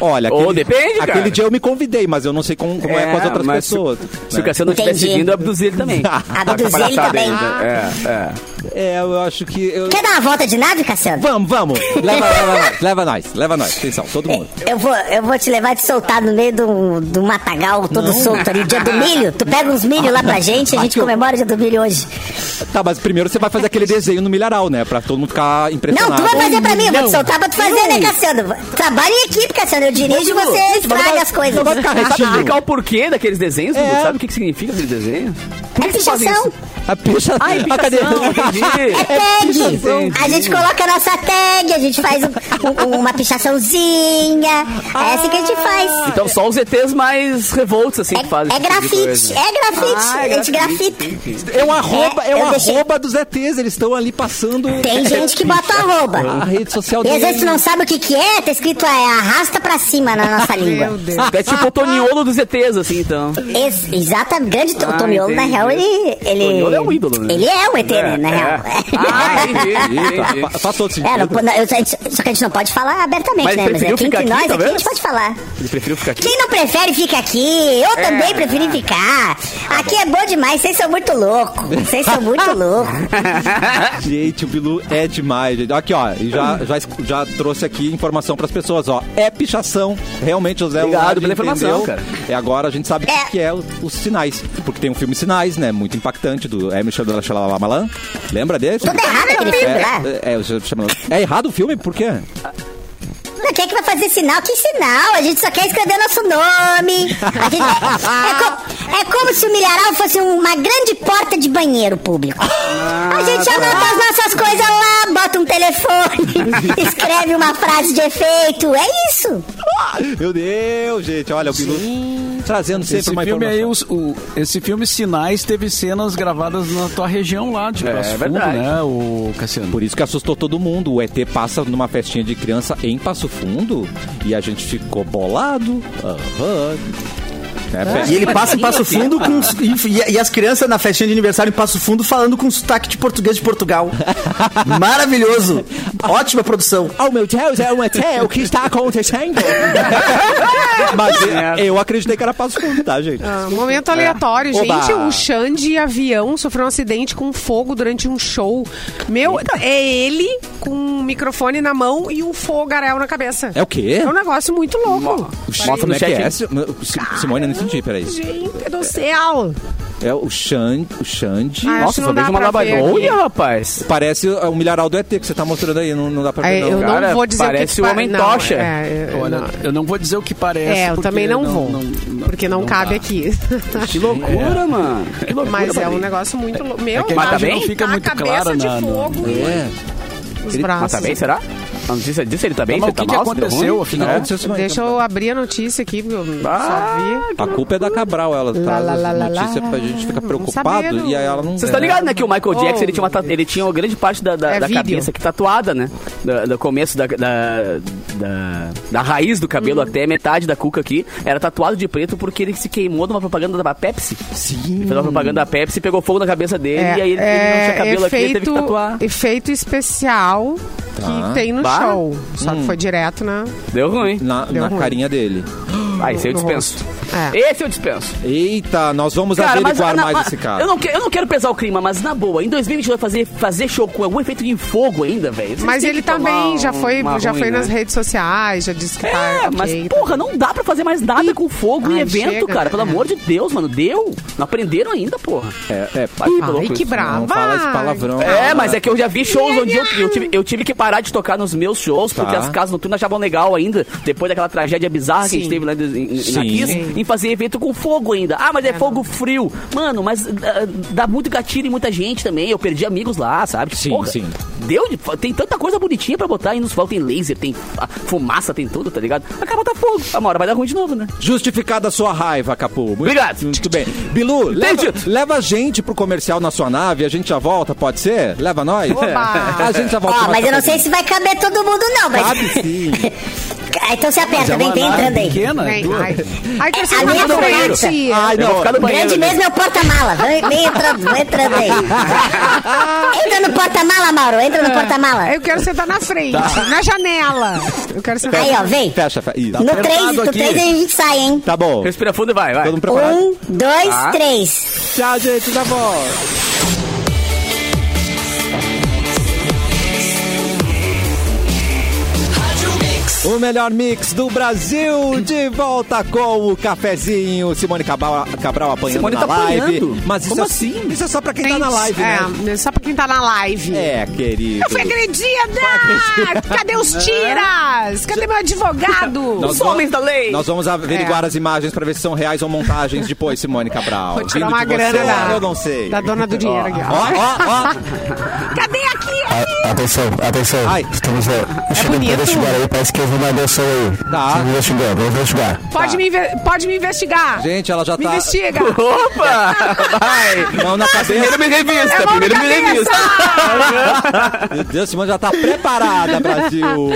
[SPEAKER 1] Olha,
[SPEAKER 3] Ô, depende, cara.
[SPEAKER 1] aquele dia eu me convidei, mas eu não sei como, como é, com as outras
[SPEAKER 3] mas assim. se-
[SPEAKER 1] pessoas. né?
[SPEAKER 3] Se, o Cassiano estiver
[SPEAKER 8] Entendi.
[SPEAKER 3] seguindo, eu abduzi ele também. Tá
[SPEAKER 8] Abduzi ele
[SPEAKER 3] Abraçado
[SPEAKER 8] também.
[SPEAKER 3] ainda. É, é.
[SPEAKER 1] É, eu acho que. eu-
[SPEAKER 8] Quer dar uma volta de nave, Cassiano?
[SPEAKER 1] Vamos, vamos! Leva, leva, nós, leva nós, leva nós. Atenção, todo mundo.
[SPEAKER 8] Eu vou, eu vou te levar e te soltar no meio do, do matagal todo solto ali. Dia do milho. Tu pega uns milho lá pra gente, a gente comemora o dia do milho hoje.
[SPEAKER 1] Tá, mas primeiro você vai fazer aquele desenho no milharal, né? Pra todo mundo ficar
[SPEAKER 3] tá
[SPEAKER 8] Não,
[SPEAKER 1] impressionado.
[SPEAKER 8] tu vai fazer pra mim, eu vou te
[SPEAKER 1] Não.
[SPEAKER 8] soltar pra tu fazer, né, Cassiano? Trabalha em equipe, Cassiano. Eu dirijo e você estraga as coisas. Tá
[SPEAKER 1] Vai ficar
[SPEAKER 3] Sabe
[SPEAKER 1] retinho.
[SPEAKER 3] explicar o porquê daqueles desenhos? Dudu?
[SPEAKER 1] É.
[SPEAKER 3] Sabe o que que significa aqueles desenhos? Por
[SPEAKER 8] É
[SPEAKER 3] que que fazem
[SPEAKER 8] pichação.
[SPEAKER 3] isso?
[SPEAKER 1] A picha.
[SPEAKER 3] Ah, é
[SPEAKER 1] a
[SPEAKER 3] pichação, entendi.
[SPEAKER 8] É tag!
[SPEAKER 3] pichação.
[SPEAKER 8] A gente coloca a nossa tag, a gente faz um- um- uma pichaçãozinha. É assim que a gente faz.
[SPEAKER 3] Então só os ETs mais revoltos, assim, que fazem.
[SPEAKER 8] É, é
[SPEAKER 3] esse tipo de
[SPEAKER 8] grafite,
[SPEAKER 3] coisa.
[SPEAKER 8] é grafite,
[SPEAKER 3] Ah, é
[SPEAKER 8] a gente grafita.
[SPEAKER 1] É um arroba, é, um
[SPEAKER 8] eu achei-
[SPEAKER 1] arroba dos ETs, eles estão ali passando. É,
[SPEAKER 8] Tem gente que bota
[SPEAKER 1] A
[SPEAKER 8] arroba. é
[SPEAKER 1] rede social
[SPEAKER 8] E
[SPEAKER 1] deles.
[SPEAKER 8] às vezes tu não sabe o que que é, tá escrito é, arrasta pra cima na nossa
[SPEAKER 5] Meu
[SPEAKER 8] língua.
[SPEAKER 5] Deus.
[SPEAKER 3] É tipo o Toniolo dos ETs, assim, então.
[SPEAKER 8] Ex exatamente, grande to-
[SPEAKER 3] Ah,
[SPEAKER 8] Tomiolo, na
[SPEAKER 3] entendi.
[SPEAKER 8] real, ele... ele
[SPEAKER 3] Tomiolo é um ídolo, né?
[SPEAKER 8] Ele é um ET, né, na real.
[SPEAKER 3] Ah, entendi, entendi.
[SPEAKER 1] Fa- Faz todo sentido.
[SPEAKER 8] É, não, não, eu- a gente- só que a gente não pode falar abertamente,
[SPEAKER 3] Mas
[SPEAKER 8] né? Mas
[SPEAKER 3] preferiu
[SPEAKER 8] aqui
[SPEAKER 3] ficar
[SPEAKER 8] entre
[SPEAKER 3] aqui,
[SPEAKER 8] nós,
[SPEAKER 3] tá
[SPEAKER 8] aqui a
[SPEAKER 3] vendo?
[SPEAKER 8] gente pode falar.
[SPEAKER 3] Eles preferiram ficar aqui.
[SPEAKER 8] Quem não prefere, fica aqui. Eu também preferi ficar. Aqui é bom demais, vocês são muito loucos. Vocês são muito loucos.
[SPEAKER 1] Gente, o Bilu é demais, gente. Aqui, ó, e já, já, es- já trouxe aqui informação pras pessoas, ó. É pichação. Realmente, o Zé
[SPEAKER 3] Obrigado
[SPEAKER 1] Lombardi
[SPEAKER 3] pela informação,
[SPEAKER 1] entendeu.
[SPEAKER 3] cara.
[SPEAKER 1] É agora a gente sabe o
[SPEAKER 8] É.
[SPEAKER 1] que, que é o- os sinais. Porque tem um filme Sinais, né? Muito impactante, do é, Michel de la Chalalamalan. Lembra desse?
[SPEAKER 8] Tudo errado aquele filme né? lá.
[SPEAKER 1] É, é, o Michel de Chamalamalan. é errado o filme? Por quê?
[SPEAKER 8] Não, Quem é que vai fazer sinal? Que sinal? A gente só quer escrever nosso nome. A gente- é, co- é como se o milharal fosse uma grande porta de banheiro público. A gente anota as nossas coisas lá, bota um telefone, escreve uma frase de efeito. É isso.
[SPEAKER 1] Meu Deus, gente, olha o Bilu trazendo sempre
[SPEAKER 7] Esse
[SPEAKER 1] uma
[SPEAKER 7] filme,
[SPEAKER 1] informação.
[SPEAKER 7] aí, os- o- esse filme Sinais teve cenas gravadas na tua região lá
[SPEAKER 1] É
[SPEAKER 7] de Passo Fundo,
[SPEAKER 3] verdade.
[SPEAKER 7] né, o Cassiano?
[SPEAKER 1] Por isso que assustou todo mundo. O ET passa numa festinha de criança em Passo Fundo e a gente ficou bolado. Aham. É, fe-
[SPEAKER 4] E ele passa em Passo Fundo com, e, e as crianças na festinha de aniversário em Passo Fundo falando com sotaque de português de Portugal. Maravilhoso. Ótima produção.
[SPEAKER 1] Oh meu Deus, é um ET, o que está acontecendo? Mas eu- eu acreditei que era Passo Fundo, tá, gente?
[SPEAKER 5] Ah, momento aleatório,
[SPEAKER 1] É. Oba.
[SPEAKER 5] gente. O Xande avião sofreu um acidente com fogo durante um show. Meu, é ele com um microfone na mão e um fogaréu na cabeça.
[SPEAKER 1] É o quê?
[SPEAKER 5] É um negócio muito louco.
[SPEAKER 3] Mostra
[SPEAKER 1] Como
[SPEAKER 3] no
[SPEAKER 1] é que
[SPEAKER 3] chat.
[SPEAKER 1] é? Si- Simone, eu não entendi, peraí.
[SPEAKER 5] Gente do céu!
[SPEAKER 1] É o Xande. O Xande.
[SPEAKER 5] Ah,
[SPEAKER 3] Nossa,
[SPEAKER 5] não
[SPEAKER 3] só
[SPEAKER 5] dá
[SPEAKER 3] vejo
[SPEAKER 5] pra
[SPEAKER 3] uma
[SPEAKER 5] ver
[SPEAKER 3] Olha,
[SPEAKER 5] aqui.
[SPEAKER 3] rapaz.
[SPEAKER 1] Parece o milharal do ET que você tá mostrando aí, não, não dá pra ver.
[SPEAKER 5] É, eu
[SPEAKER 1] não.
[SPEAKER 3] cara,
[SPEAKER 5] não vou dizer o que
[SPEAKER 3] parece
[SPEAKER 5] que
[SPEAKER 3] o
[SPEAKER 5] pa-
[SPEAKER 3] Homem
[SPEAKER 5] não,
[SPEAKER 3] Tocha.
[SPEAKER 5] É, eu,
[SPEAKER 7] Olha,
[SPEAKER 5] não-
[SPEAKER 7] eu não vou dizer o que parece.
[SPEAKER 5] é, eu
[SPEAKER 7] porque
[SPEAKER 5] também não, vou. porque não, cabe
[SPEAKER 7] dá.
[SPEAKER 5] aqui.
[SPEAKER 3] Que loucura, mano. Que loucura,
[SPEAKER 5] Mas é um
[SPEAKER 3] Babi.
[SPEAKER 5] negócio muito louco. Meu,
[SPEAKER 7] É que a
[SPEAKER 3] Mas
[SPEAKER 5] tá
[SPEAKER 3] tá
[SPEAKER 7] imagem
[SPEAKER 3] bem?
[SPEAKER 7] não fica
[SPEAKER 5] a
[SPEAKER 7] muito
[SPEAKER 5] cabeça
[SPEAKER 7] clara
[SPEAKER 5] de
[SPEAKER 7] na... na-
[SPEAKER 5] fogo e
[SPEAKER 1] É.
[SPEAKER 5] os
[SPEAKER 3] Ele-
[SPEAKER 5] braços.
[SPEAKER 3] Mas tá bem, será? A notícia disso, ele tá bem?
[SPEAKER 7] Mas
[SPEAKER 3] Você
[SPEAKER 7] o
[SPEAKER 3] tá
[SPEAKER 7] que que
[SPEAKER 3] mal? Você deu
[SPEAKER 7] aconteceu,
[SPEAKER 3] ruim?
[SPEAKER 7] afinal?
[SPEAKER 1] É, deixa eu-
[SPEAKER 5] Deixa eu abrir a notícia aqui, porque eu só vi.
[SPEAKER 1] A culpa é da Cabral, ela traz
[SPEAKER 5] lá, lá, lá,
[SPEAKER 1] as notícias
[SPEAKER 5] lá.
[SPEAKER 1] pra gente ficar
[SPEAKER 5] Não
[SPEAKER 1] preocupado
[SPEAKER 5] sabia,
[SPEAKER 1] e aí
[SPEAKER 5] não.
[SPEAKER 1] ela não.
[SPEAKER 3] Vocês estão ligados, né? Que o Michael Jackson,
[SPEAKER 5] É. Oh,
[SPEAKER 3] ele, tinha uma,
[SPEAKER 5] meu
[SPEAKER 3] ta- ele tinha uma grande parte da, da,
[SPEAKER 5] É
[SPEAKER 3] da
[SPEAKER 5] vídeo.
[SPEAKER 3] cabeça que tatuada, né? Da- Do, começo da, da, da, da raiz do
[SPEAKER 5] Hum.
[SPEAKER 3] cabelo até metade da cuca aqui. Era tatuado de preto porque ele se queimou numa propaganda da Pepsi.
[SPEAKER 1] Sim.
[SPEAKER 3] Fez uma propaganda da Pepsi, pegou fogo na cabeça dele e aí ele, ele não tinha cabelo aqui, ele teve que tatuar.
[SPEAKER 5] É, efeito especial que tem no
[SPEAKER 3] Bah. Hum.
[SPEAKER 5] show. Só que foi direto, né?
[SPEAKER 3] Deu ruim.
[SPEAKER 1] Na,
[SPEAKER 5] Deu
[SPEAKER 1] na
[SPEAKER 5] ruim.
[SPEAKER 1] carinha dele.
[SPEAKER 3] Ah, esse eu
[SPEAKER 5] No
[SPEAKER 3] dispenso.
[SPEAKER 5] rosto.
[SPEAKER 3] Esse eu dispenso.
[SPEAKER 1] Eita, nós vamos averiguar
[SPEAKER 3] na-
[SPEAKER 1] mais
[SPEAKER 3] mas-
[SPEAKER 1] esse cara.
[SPEAKER 3] Eu não, que- eu não quero pesar o clima, mas na boa, em 2020 vai fazer, fazer show com algum efeito em fogo ainda, velho. Vocês
[SPEAKER 5] Mas
[SPEAKER 3] têm
[SPEAKER 5] ele
[SPEAKER 3] que tomar
[SPEAKER 5] também já
[SPEAKER 3] um-
[SPEAKER 5] foi,
[SPEAKER 3] uma
[SPEAKER 5] já
[SPEAKER 3] ruim,
[SPEAKER 5] foi
[SPEAKER 3] né?
[SPEAKER 5] nas redes sociais, já disse que tá
[SPEAKER 3] É,
[SPEAKER 5] ok,
[SPEAKER 3] mas
[SPEAKER 5] tá
[SPEAKER 3] porra, não dá pra fazer mais nada com fogo em
[SPEAKER 5] Ai,
[SPEAKER 3] evento,
[SPEAKER 5] chega,
[SPEAKER 3] cara. Pelo
[SPEAKER 5] né?
[SPEAKER 3] amor de Deus, mano, deu. Não aprenderam ainda, porra.
[SPEAKER 1] É, é,
[SPEAKER 3] Ai,
[SPEAKER 5] Ai,
[SPEAKER 3] louco
[SPEAKER 5] que
[SPEAKER 3] isso, né?
[SPEAKER 5] brava.
[SPEAKER 1] não fala esse palavrão. Ah,
[SPEAKER 3] É, mas é que eu já vi shows onde eu, eu tive, eu tive que parar de tocar nos meus shows, porque
[SPEAKER 1] Tá.
[SPEAKER 3] as casas noturnas já vão legal ainda, depois daquela tragédia bizarra que a gente
[SPEAKER 5] Sim.
[SPEAKER 3] teve lá em, em, em- na
[SPEAKER 1] Sim.
[SPEAKER 3] Kiss,
[SPEAKER 5] Sim.
[SPEAKER 3] em fazer evento com fogo ainda. Ah, mas é, fogo frio. Mano, mas ah, dá muito gatilho em muita gente também. Eu perdi amigos lá, sabe?
[SPEAKER 1] Sim, sim.
[SPEAKER 3] Deu de, tem tanta coisa bonitinha pra botar aí nos fogos. Tem laser, tem ah, fumaça, tem tudo, tá ligado? Acaba tá fogo. A uma hora vai dar ruim de novo, né?
[SPEAKER 1] Justificada a sua raiva, Capu. Muito,
[SPEAKER 3] Obrigado.
[SPEAKER 1] Muito bem. Bilu, leva,
[SPEAKER 3] Entendido.
[SPEAKER 1] leva a gente pro comercial na sua nave, a gente já volta, pode ser? Leva nós?
[SPEAKER 5] Oba.
[SPEAKER 1] A gente já volta.
[SPEAKER 8] Ó,
[SPEAKER 1] mais
[SPEAKER 8] Ah, mas eu não sei
[SPEAKER 1] rapidinho.
[SPEAKER 8] se vai caber todo mundo, não. Mas...
[SPEAKER 1] Cabe sim.
[SPEAKER 8] então se aperta, vem, vem
[SPEAKER 7] nave
[SPEAKER 8] entrando aí.
[SPEAKER 7] pequena,
[SPEAKER 5] Vem,
[SPEAKER 7] duas.
[SPEAKER 5] ai. Ai, que
[SPEAKER 8] É,
[SPEAKER 5] você
[SPEAKER 8] a
[SPEAKER 5] tá
[SPEAKER 8] minha
[SPEAKER 5] na
[SPEAKER 8] banheira.
[SPEAKER 5] frente.
[SPEAKER 1] Ai,
[SPEAKER 3] Eu
[SPEAKER 1] não.
[SPEAKER 3] vou ficar no banheiro. né?
[SPEAKER 8] Grande
[SPEAKER 3] ali.
[SPEAKER 8] mesmo é o porta-mala. Vem, vem entrando, vem entrando aí. Entra no porta-mala, Mauro. Entra no porta-mala.
[SPEAKER 5] Eu quero sentar na frente,
[SPEAKER 3] Tá.
[SPEAKER 5] na janela. Eu quero sentar
[SPEAKER 8] Aí, ó, vem.
[SPEAKER 1] Fecha, fecha. Isso. Tá
[SPEAKER 8] No 3,
[SPEAKER 1] apertado
[SPEAKER 8] no 3 a gente sai, hein?
[SPEAKER 1] Tá bom.
[SPEAKER 3] Respira fundo e vai, vai.
[SPEAKER 1] Todo mundo preparado?
[SPEAKER 8] Um, dois, três.
[SPEAKER 1] Tchau, gente, tá bom. O melhor mix do Brasil de volta com o cafezinho. Simone Cabral, Cabral apanhando
[SPEAKER 3] Simone
[SPEAKER 1] na
[SPEAKER 3] tá
[SPEAKER 1] live.
[SPEAKER 3] apanhando?
[SPEAKER 1] Mas isso
[SPEAKER 3] Como
[SPEAKER 1] é,
[SPEAKER 3] assim?
[SPEAKER 1] Isso é só pra quem tá na live, né?
[SPEAKER 5] é, só pra quem tá na live.
[SPEAKER 1] É, querido.
[SPEAKER 5] Eu fui agredida! Cadê os tiras? Cadê meu advogado?
[SPEAKER 1] Nós
[SPEAKER 5] Os
[SPEAKER 1] vamos-
[SPEAKER 5] homens da lei! É.
[SPEAKER 1] Nós vamos averiguar as imagens pra ver se são reais ou montagens depois, Simone Cabral.
[SPEAKER 5] Vou tirar
[SPEAKER 1] Vindo
[SPEAKER 5] uma
[SPEAKER 1] de
[SPEAKER 5] grana
[SPEAKER 1] você,
[SPEAKER 5] da,
[SPEAKER 1] Eu não sei.
[SPEAKER 5] da dona do dinheiro aqui,
[SPEAKER 1] Ó,
[SPEAKER 5] ó.
[SPEAKER 1] ó, ó.
[SPEAKER 5] Cadê aqui?
[SPEAKER 3] É,
[SPEAKER 9] Atenção, atenção.
[SPEAKER 1] Ai.
[SPEAKER 9] Estamos é, chegando
[SPEAKER 5] bonito.
[SPEAKER 9] para investigar aí. Parece que houve uma agressão aí.
[SPEAKER 1] Tá.
[SPEAKER 9] Estamos investigando, vamos investigar.
[SPEAKER 5] Pode,
[SPEAKER 3] tá.
[SPEAKER 5] me, inve- pode me investigar!
[SPEAKER 1] Gente, ela já
[SPEAKER 5] me
[SPEAKER 1] tá.
[SPEAKER 5] investiga!
[SPEAKER 3] Opa! Vai!
[SPEAKER 1] Mão na cabeça.
[SPEAKER 3] Primeiro me revista,
[SPEAKER 5] É mão na
[SPEAKER 3] primeiro me revista.
[SPEAKER 1] Meu Deus, Simone já tá preparada, Brasil.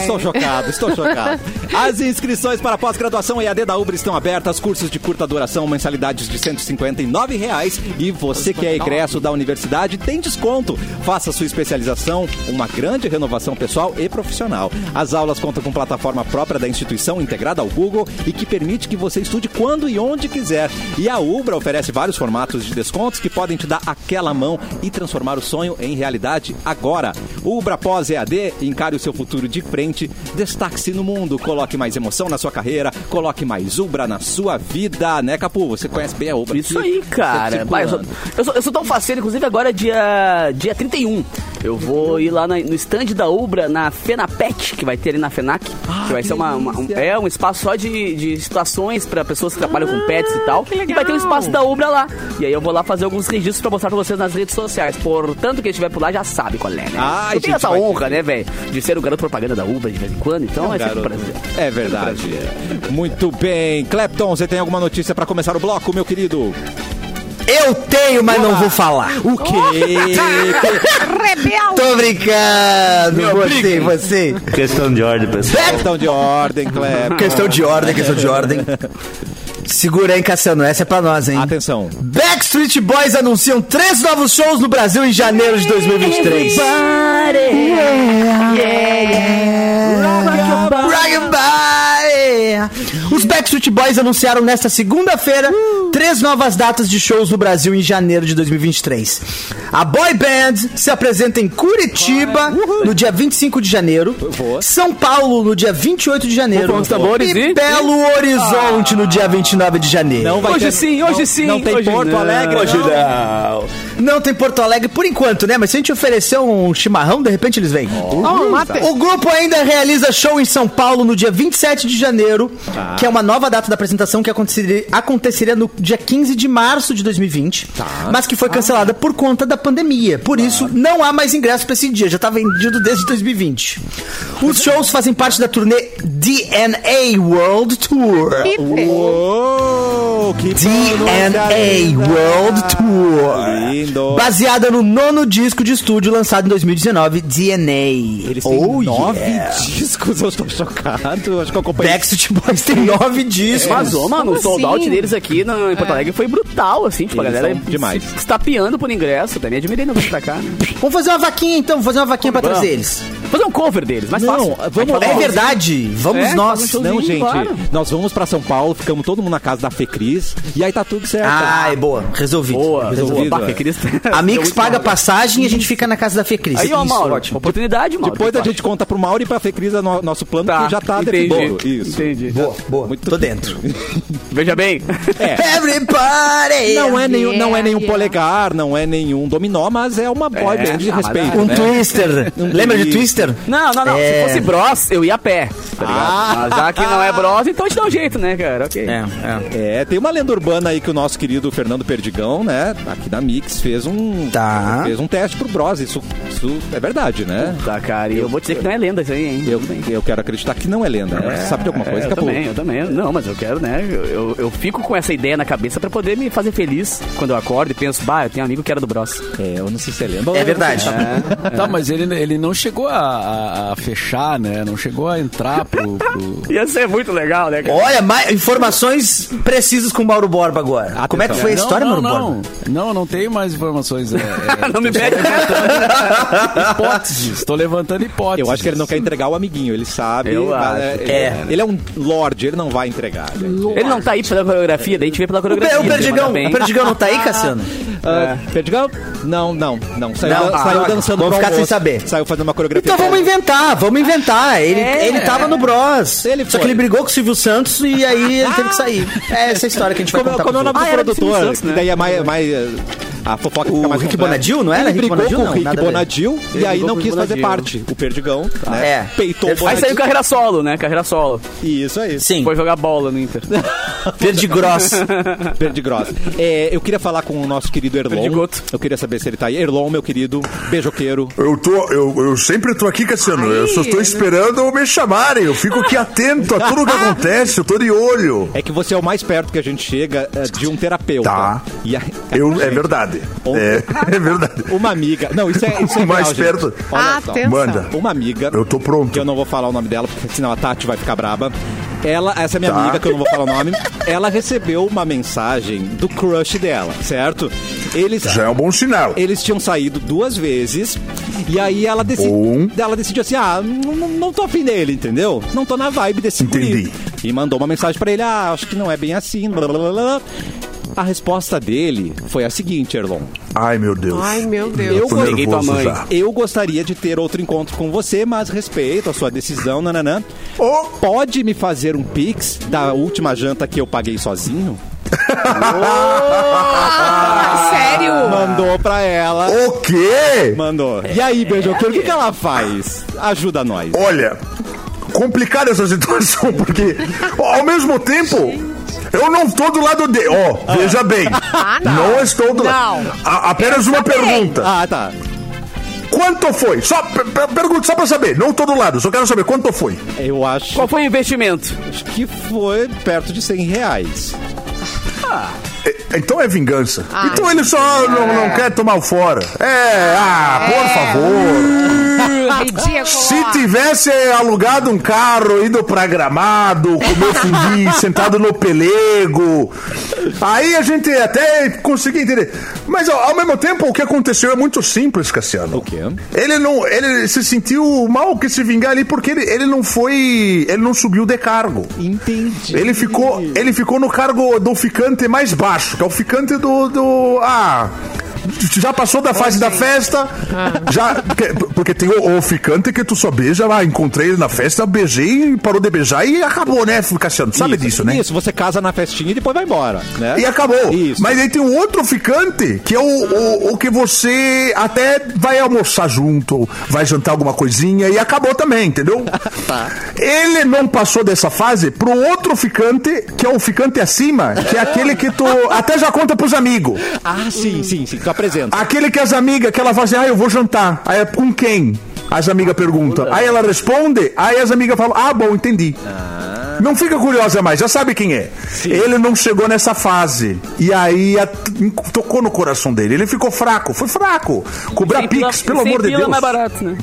[SPEAKER 1] Estou chocado, estou chocado. As inscrições para a pós-graduação EAD da Ubra estão abertas, cursos de curta duração, mensalidades de R$ 159 reais. E você que é egresso da universidade tem desconto. Faça sua especialização, uma grande renovação pessoal e profissional. As aulas contam com plataforma própria da instituição integrada ao Google e que permite que você estude quando e onde quiser. E a Ubra oferece vários formatos de descontos que podem te dar aquela mão e transformar o sonho em realidade agora. Ubra Pós EAD, encare o seu futuro de frente, destaque-se no mundo, coloque mais emoção na sua carreira, coloque mais Ubra na sua vida, né, Capu? Você conhece bem a Ubra.
[SPEAKER 3] Isso
[SPEAKER 1] aqui,
[SPEAKER 3] aí,
[SPEAKER 1] tá
[SPEAKER 3] cara.
[SPEAKER 1] circulando.
[SPEAKER 3] Mas eu, eu sou, eu sou tão faceiro, inclusive agora é dia, dia 31. Eu vou ir lá na- no stand da Ubra, na FENAPET, que vai ter ali na FENAC. que vai ser uma, uma- um- é, um espaço só de, de situações pra pessoas que trabalham com pets e tal. E vai ter um espaço da Ubra lá. E aí eu vou lá fazer alguns registros pra mostrar pra vocês nas redes sociais. Portanto, quem estiver por lá já sabe qual é, né?
[SPEAKER 1] Ai,
[SPEAKER 3] eu tenho
[SPEAKER 1] gente,
[SPEAKER 3] essa
[SPEAKER 1] vai
[SPEAKER 3] honra, né, velho? De ser o garoto propaganda da Ubra de vez em quando. Então é sempre um
[SPEAKER 1] Garoto.
[SPEAKER 3] prazer.
[SPEAKER 1] É verdade. Muito bem. Clepton, você tem alguma notícia pra começar o bloco, meu querido?
[SPEAKER 4] Eu tenho, mas não vou falar.
[SPEAKER 1] O quê?
[SPEAKER 5] Rebelde!
[SPEAKER 4] Tô brincando. Você, você. É
[SPEAKER 10] Questão de ordem, pessoal.
[SPEAKER 1] Questão de ordem, Clepton.
[SPEAKER 4] Questão de ordem, questão de ordem. Segura aí, Cassiano. Essa é pra nós, hein?
[SPEAKER 1] Atenção.
[SPEAKER 4] Backstreet Boys anunciam três novos shows no Brasil em janeiro de 2023. Rock and Bye! Os Backstreet Boys anunciaram nesta segunda-feira três novas datas de shows no Brasil em janeiro de 2023. A Boy Band se apresenta em Curitiba no dia 25 de janeiro, São Paulo no dia 28 de janeiro
[SPEAKER 3] os tambores
[SPEAKER 4] e
[SPEAKER 3] e-
[SPEAKER 4] Belo Horizonte no dia 29 de janeiro.
[SPEAKER 1] Não vai
[SPEAKER 7] Hoje
[SPEAKER 1] ter-
[SPEAKER 7] sim, hoje
[SPEAKER 1] não-
[SPEAKER 7] sim,
[SPEAKER 1] Não tem
[SPEAKER 7] hoje
[SPEAKER 1] Porto
[SPEAKER 7] não.
[SPEAKER 1] Alegre.
[SPEAKER 10] Hoje
[SPEAKER 1] não.
[SPEAKER 10] não.
[SPEAKER 4] Não tem Porto Alegre por enquanto, né? Mas se a gente oferecer um chimarrão, de repente eles vêm.
[SPEAKER 5] Ó, mate.
[SPEAKER 4] O grupo ainda realiza show em São Paulo no dia 27 de janeiro, que é uma nova data da apresentação que aconteceria, aconteceria no dia 15 de março de 2020, mas que foi cancelada por conta da pandemia. Por isso, não há mais ingresso pra esse dia, já tá vendido desde 2020. Os shows fazem parte da turnê DNA World Tour.
[SPEAKER 1] Uou, que é
[SPEAKER 4] DNA
[SPEAKER 1] pronúncia
[SPEAKER 4] World Tour.
[SPEAKER 1] Lindo.
[SPEAKER 4] Baseada no nono disco de estúdio lançado em 2019, DNA.
[SPEAKER 1] Eles têm
[SPEAKER 3] Oh,
[SPEAKER 1] nove
[SPEAKER 3] É.
[SPEAKER 4] yeah.
[SPEAKER 1] discos, eu estou chocado. Eu Acho que eu acompanhei.
[SPEAKER 4] Backstreet Boys tem nove discos.
[SPEAKER 3] Mas, ô, mano, o
[SPEAKER 5] É. Como
[SPEAKER 3] sold out
[SPEAKER 5] assim?
[SPEAKER 3] deles aqui na, em Porto Alegre foi brutal, assim. Tipo,
[SPEAKER 1] Eles
[SPEAKER 3] a galera
[SPEAKER 1] são demais.
[SPEAKER 3] se estapeando por ingresso. Também admirei não vir pra cá. né?
[SPEAKER 4] Vamos fazer uma vaquinha então, vamos fazer uma vaquinha pra
[SPEAKER 3] Vamos.
[SPEAKER 4] trazer eles.
[SPEAKER 3] Fazer um cover deles, mais
[SPEAKER 1] Não,
[SPEAKER 3] fácil.
[SPEAKER 1] vamos-
[SPEAKER 3] Vai falar
[SPEAKER 4] É
[SPEAKER 3] um-
[SPEAKER 4] verdade, vamos
[SPEAKER 3] É,
[SPEAKER 4] nós.
[SPEAKER 3] faz um
[SPEAKER 1] Não,
[SPEAKER 3] Sim,
[SPEAKER 1] gente,
[SPEAKER 3] claro.
[SPEAKER 1] nós vamos pra São Paulo, ficamos todo mundo na casa da Fecris e aí tá tudo certo.
[SPEAKER 4] Ah, é boa, resolvido.
[SPEAKER 3] Boa, boa.
[SPEAKER 1] Resolvido,
[SPEAKER 3] Bah,
[SPEAKER 1] é.
[SPEAKER 3] Cris-
[SPEAKER 4] A Mix
[SPEAKER 3] Deu
[SPEAKER 4] paga
[SPEAKER 3] muito mal.
[SPEAKER 4] passagem e a gente fica na casa da Fê Cris.
[SPEAKER 3] Aí, ó,
[SPEAKER 4] Isso,
[SPEAKER 3] Mauro,
[SPEAKER 4] ótimo.
[SPEAKER 3] oportunidade, Mauro.
[SPEAKER 1] Depois a
[SPEAKER 3] Vai.
[SPEAKER 1] gente conta pro Mauro e pra Fecris o no- nosso plano
[SPEAKER 3] Tá,
[SPEAKER 1] que já tá
[SPEAKER 3] entendi.
[SPEAKER 1] definido. Isso.
[SPEAKER 3] Entendi.
[SPEAKER 4] Boa, boa, tô dentro.
[SPEAKER 3] Veja bem.
[SPEAKER 4] Everybody!
[SPEAKER 1] Não é, nenhum, não é
[SPEAKER 5] Yeah,
[SPEAKER 1] nenhum
[SPEAKER 5] yeah.
[SPEAKER 1] polegar, não é nenhum dominó, mas é uma boy band de
[SPEAKER 3] ah,
[SPEAKER 1] respeito.
[SPEAKER 3] mas-
[SPEAKER 4] Um
[SPEAKER 1] né?
[SPEAKER 4] twister. Lembra de twister?
[SPEAKER 3] Não, não, não.
[SPEAKER 4] É.
[SPEAKER 3] Se fosse bros, eu ia a pé. Tá ligado? Mas já que não é bros, então te dá um jeito, né, cara? Ok.
[SPEAKER 4] é.
[SPEAKER 1] Ah. É, tem uma lenda urbana aí que o nosso querido Fernando Perdigão, né, aqui da Mix, fez um,
[SPEAKER 4] Tá.
[SPEAKER 1] fez um teste pro Bros. Isso, isso é verdade, né?
[SPEAKER 3] Tá, cara. E eu vou te dizer que não é lenda isso aí, hein?
[SPEAKER 1] Eu, eu quero acreditar que não é lenda. né? Sabe de alguma
[SPEAKER 3] É,
[SPEAKER 1] coisa?
[SPEAKER 3] eu
[SPEAKER 1] Acabou.
[SPEAKER 3] também, eu também. Não, mas eu quero, né? Eu, eu, eu fico com essa ideia na cabeça pra poder me fazer feliz quando eu acordo e penso, bah, eu tenho um amigo que era do Bros.
[SPEAKER 1] É, eu não sei se é lenda.
[SPEAKER 4] É verdade.
[SPEAKER 1] É.
[SPEAKER 7] Tá, mas ele, ele não chegou a, a- a fechar, né? Não chegou a entrar pro. pro-
[SPEAKER 3] Ia ser muito legal, né, cara?
[SPEAKER 4] Olha, mais, informações precisas com o Mauro Borba agora. Como é que foi a história,
[SPEAKER 7] não,
[SPEAKER 4] Mauro
[SPEAKER 7] não,
[SPEAKER 4] Borba?
[SPEAKER 7] não, não tenho mais informações. É, é,
[SPEAKER 3] Não me pede.
[SPEAKER 7] hipóteses. Tô levantando hipóteses.
[SPEAKER 1] Eu acho que ele não quer entregar o amiguinho, ele sabe.
[SPEAKER 3] Eu
[SPEAKER 1] mas,
[SPEAKER 3] acho.
[SPEAKER 1] Ele,
[SPEAKER 4] É.
[SPEAKER 1] ele é um lorde, ele não vai entregar. gente.
[SPEAKER 3] Ele não tá aí pela coreografia, daí a gente vê pela
[SPEAKER 4] O,
[SPEAKER 3] coreografia.
[SPEAKER 4] Pe- o Perdigão,
[SPEAKER 3] Parabéns.
[SPEAKER 4] o Perdigão não tá aí, Cassiano?
[SPEAKER 1] Ah, Perdigão? Não, não, não. Saiu,
[SPEAKER 4] É. Não,
[SPEAKER 1] dan-
[SPEAKER 4] ah,
[SPEAKER 1] saiu
[SPEAKER 4] droga.
[SPEAKER 1] dançando
[SPEAKER 4] Vou
[SPEAKER 1] pro
[SPEAKER 4] ficar sem
[SPEAKER 1] almoço,
[SPEAKER 4] saber.
[SPEAKER 1] Saiu fazendo uma coreografia.
[SPEAKER 4] Então vamos inventar, vamos inventar. Ele, ele tava no Bros.
[SPEAKER 1] Ele
[SPEAKER 4] só
[SPEAKER 1] foi.
[SPEAKER 4] que ele brigou com o Silvio Santos e aí ele teve que sair. É essa a história que a gente vai
[SPEAKER 1] Como,
[SPEAKER 4] contar.
[SPEAKER 1] como é o
[SPEAKER 4] pro
[SPEAKER 1] nome
[SPEAKER 4] povo.
[SPEAKER 1] do
[SPEAKER 3] era do
[SPEAKER 1] produtor?
[SPEAKER 3] Silvio Santos,
[SPEAKER 1] que
[SPEAKER 3] né?
[SPEAKER 1] daí é mais. mais, eh, a fofoca fica
[SPEAKER 4] O
[SPEAKER 1] mais
[SPEAKER 4] Rick
[SPEAKER 1] completa.
[SPEAKER 4] Bonadil, não era
[SPEAKER 1] Ele
[SPEAKER 4] Rick
[SPEAKER 1] brigou
[SPEAKER 4] Bonadil?
[SPEAKER 1] com o
[SPEAKER 4] Não,
[SPEAKER 1] Rick
[SPEAKER 4] nada a ver.
[SPEAKER 1] Bonadil e aí
[SPEAKER 3] brigou
[SPEAKER 1] não
[SPEAKER 3] com o
[SPEAKER 1] quis fazer
[SPEAKER 3] Bonadil.
[SPEAKER 1] parte. O Perdigão, né?
[SPEAKER 4] É.
[SPEAKER 1] Peitou o
[SPEAKER 4] Ele-
[SPEAKER 3] Aí
[SPEAKER 1] Bonadil.
[SPEAKER 3] saiu carreira solo, né? Carreira solo.
[SPEAKER 1] E Isso aí.
[SPEAKER 4] Sim,
[SPEAKER 3] Foi jogar bola no Inter.
[SPEAKER 4] verde gross.
[SPEAKER 1] Perdigrossa. É, eu queria falar com o nosso querido Erlon.
[SPEAKER 3] Perdigoto.
[SPEAKER 1] Eu queria saber se ele tá aí. Erlon, meu querido, beijoqueiro.
[SPEAKER 6] Eu, tô, eu, eu sempre tô aqui, Cassiano. eu só estou esperando me chamarem. Eu fico aqui atento a tudo que acontece. Eu tô de olho.
[SPEAKER 1] É que você é o mais perto que a gente chega eh, de um terapeuta.
[SPEAKER 6] Tá.
[SPEAKER 1] E aí-
[SPEAKER 6] Eu, é
[SPEAKER 1] Gente,
[SPEAKER 6] verdade.
[SPEAKER 1] Ontem-
[SPEAKER 6] É, é verdade.
[SPEAKER 1] Uma amiga. Não, isso é. Isso é
[SPEAKER 6] O mais
[SPEAKER 1] real, gente.
[SPEAKER 6] perto.
[SPEAKER 1] Olha só.
[SPEAKER 5] Atenção.
[SPEAKER 6] Manda.
[SPEAKER 1] Uma amiga.
[SPEAKER 6] Eu tô pronto.
[SPEAKER 1] Que eu não vou falar o nome dela, porque senão a Tati vai ficar braba. Ela, essa é minha
[SPEAKER 6] Tá.
[SPEAKER 1] amiga, que eu não vou falar o nome, ela recebeu uma mensagem do crush dela, certo? Eles,
[SPEAKER 6] Já é um bom sinal.
[SPEAKER 1] eles tinham saído duas vezes, e aí ela, decidi,
[SPEAKER 6] Bom.
[SPEAKER 1] ela decidiu assim: ah, não, não- não tô afim dele, entendeu? Não tô na vibe desse guri.
[SPEAKER 6] Entendi.
[SPEAKER 1] E mandou uma mensagem pra ele: ah, acho que não é bem assim, blá blá blá blá. A resposta dele foi a seguinte, Erlon.
[SPEAKER 6] Ai, meu Deus.
[SPEAKER 5] Ai, meu Deus.
[SPEAKER 1] Eu,
[SPEAKER 6] Tô
[SPEAKER 1] go-
[SPEAKER 3] Peguei tua
[SPEAKER 6] nervoso
[SPEAKER 3] mãe.
[SPEAKER 6] já.
[SPEAKER 1] eu gostaria de ter outro encontro com você, mas respeito a sua decisão, nananã.
[SPEAKER 6] Oh.
[SPEAKER 1] Pode me fazer um pix da última janta que eu paguei sozinho?
[SPEAKER 5] Ah, sério?
[SPEAKER 1] Mandou mandou pra ela.
[SPEAKER 6] O quê?
[SPEAKER 1] Mandou. E aí, beijoqueiro, o que, que ela faz? Ajuda nós.
[SPEAKER 6] Olha, complicada essa situação, porque ó, ao mesmo tempo. Eu não estou do lado de. Ó, veja bem.
[SPEAKER 5] Ah, não.
[SPEAKER 6] não. estou do lado.
[SPEAKER 5] Não.
[SPEAKER 6] A- Apenas uma pergunta.
[SPEAKER 1] Ah, tá.
[SPEAKER 6] Quanto foi? Só per- per- pergunta, só pra saber. Não tô do lado, só quero saber quanto foi.
[SPEAKER 1] Eu acho
[SPEAKER 3] Qual foi o investimento?
[SPEAKER 1] que foi perto de 100 reais.
[SPEAKER 6] É- Então é vingança. então ele só não, não quer tomar o fora. É, ah, por favor.
[SPEAKER 5] Ridículo.
[SPEAKER 6] Se tivesse alugado um carro, ido pra Gramado, comer fundi, sentado no pelego, aí a gente até conseguia entender. Mas ó, ao mesmo tempo, o que aconteceu é muito simples, Cassiano. O
[SPEAKER 1] quê?
[SPEAKER 6] Ele não, ele se sentiu mal que se vingar ali porque ele, ele não foi, ele não subiu de cargo.
[SPEAKER 1] Entendi.
[SPEAKER 6] Ele ficou, ele ficou no cargo do ficante mais baixo, que é o ficante do. do ah, já passou da fase da festa.
[SPEAKER 1] Ah.
[SPEAKER 6] Já, porque- porque tem o, o ficante que tu só beija lá, encontrei ele na festa, beijei, parou de beijar e acabou, né, Cassiano? Tu Sabe
[SPEAKER 1] Isso,
[SPEAKER 6] disso, né?
[SPEAKER 1] Isso, você casa na festinha e depois vai embora, né?
[SPEAKER 6] E acabou.
[SPEAKER 1] Isso.
[SPEAKER 6] Mas aí tem um outro ficante, que é o, o, o que você até vai almoçar junto, vai jantar alguma coisinha e acabou também, entendeu?
[SPEAKER 1] Tá.
[SPEAKER 6] Ele não passou dessa fase pro outro ficante, que é o ficante acima, que é aquele que tu até já conta pros amigos.
[SPEAKER 1] Ah, sim, sim, sim. Tu apresenta.
[SPEAKER 6] Aquele que as amigas, que ela fala assim, ah, eu vou jantar. Aí é com quem? As amigas perguntam. Aí ela responde, aí as amigas falam, ah, bom, entendi.
[SPEAKER 3] Ah.
[SPEAKER 6] Não fica curiosa mais, já sabe quem é. Ele não chegou nessa fase. E aí a- tocou no coração dele. Ele ficou fraco, foi fraco. Cobrar Pix, pelo amor de Deus.
[SPEAKER 3] mais barato, né?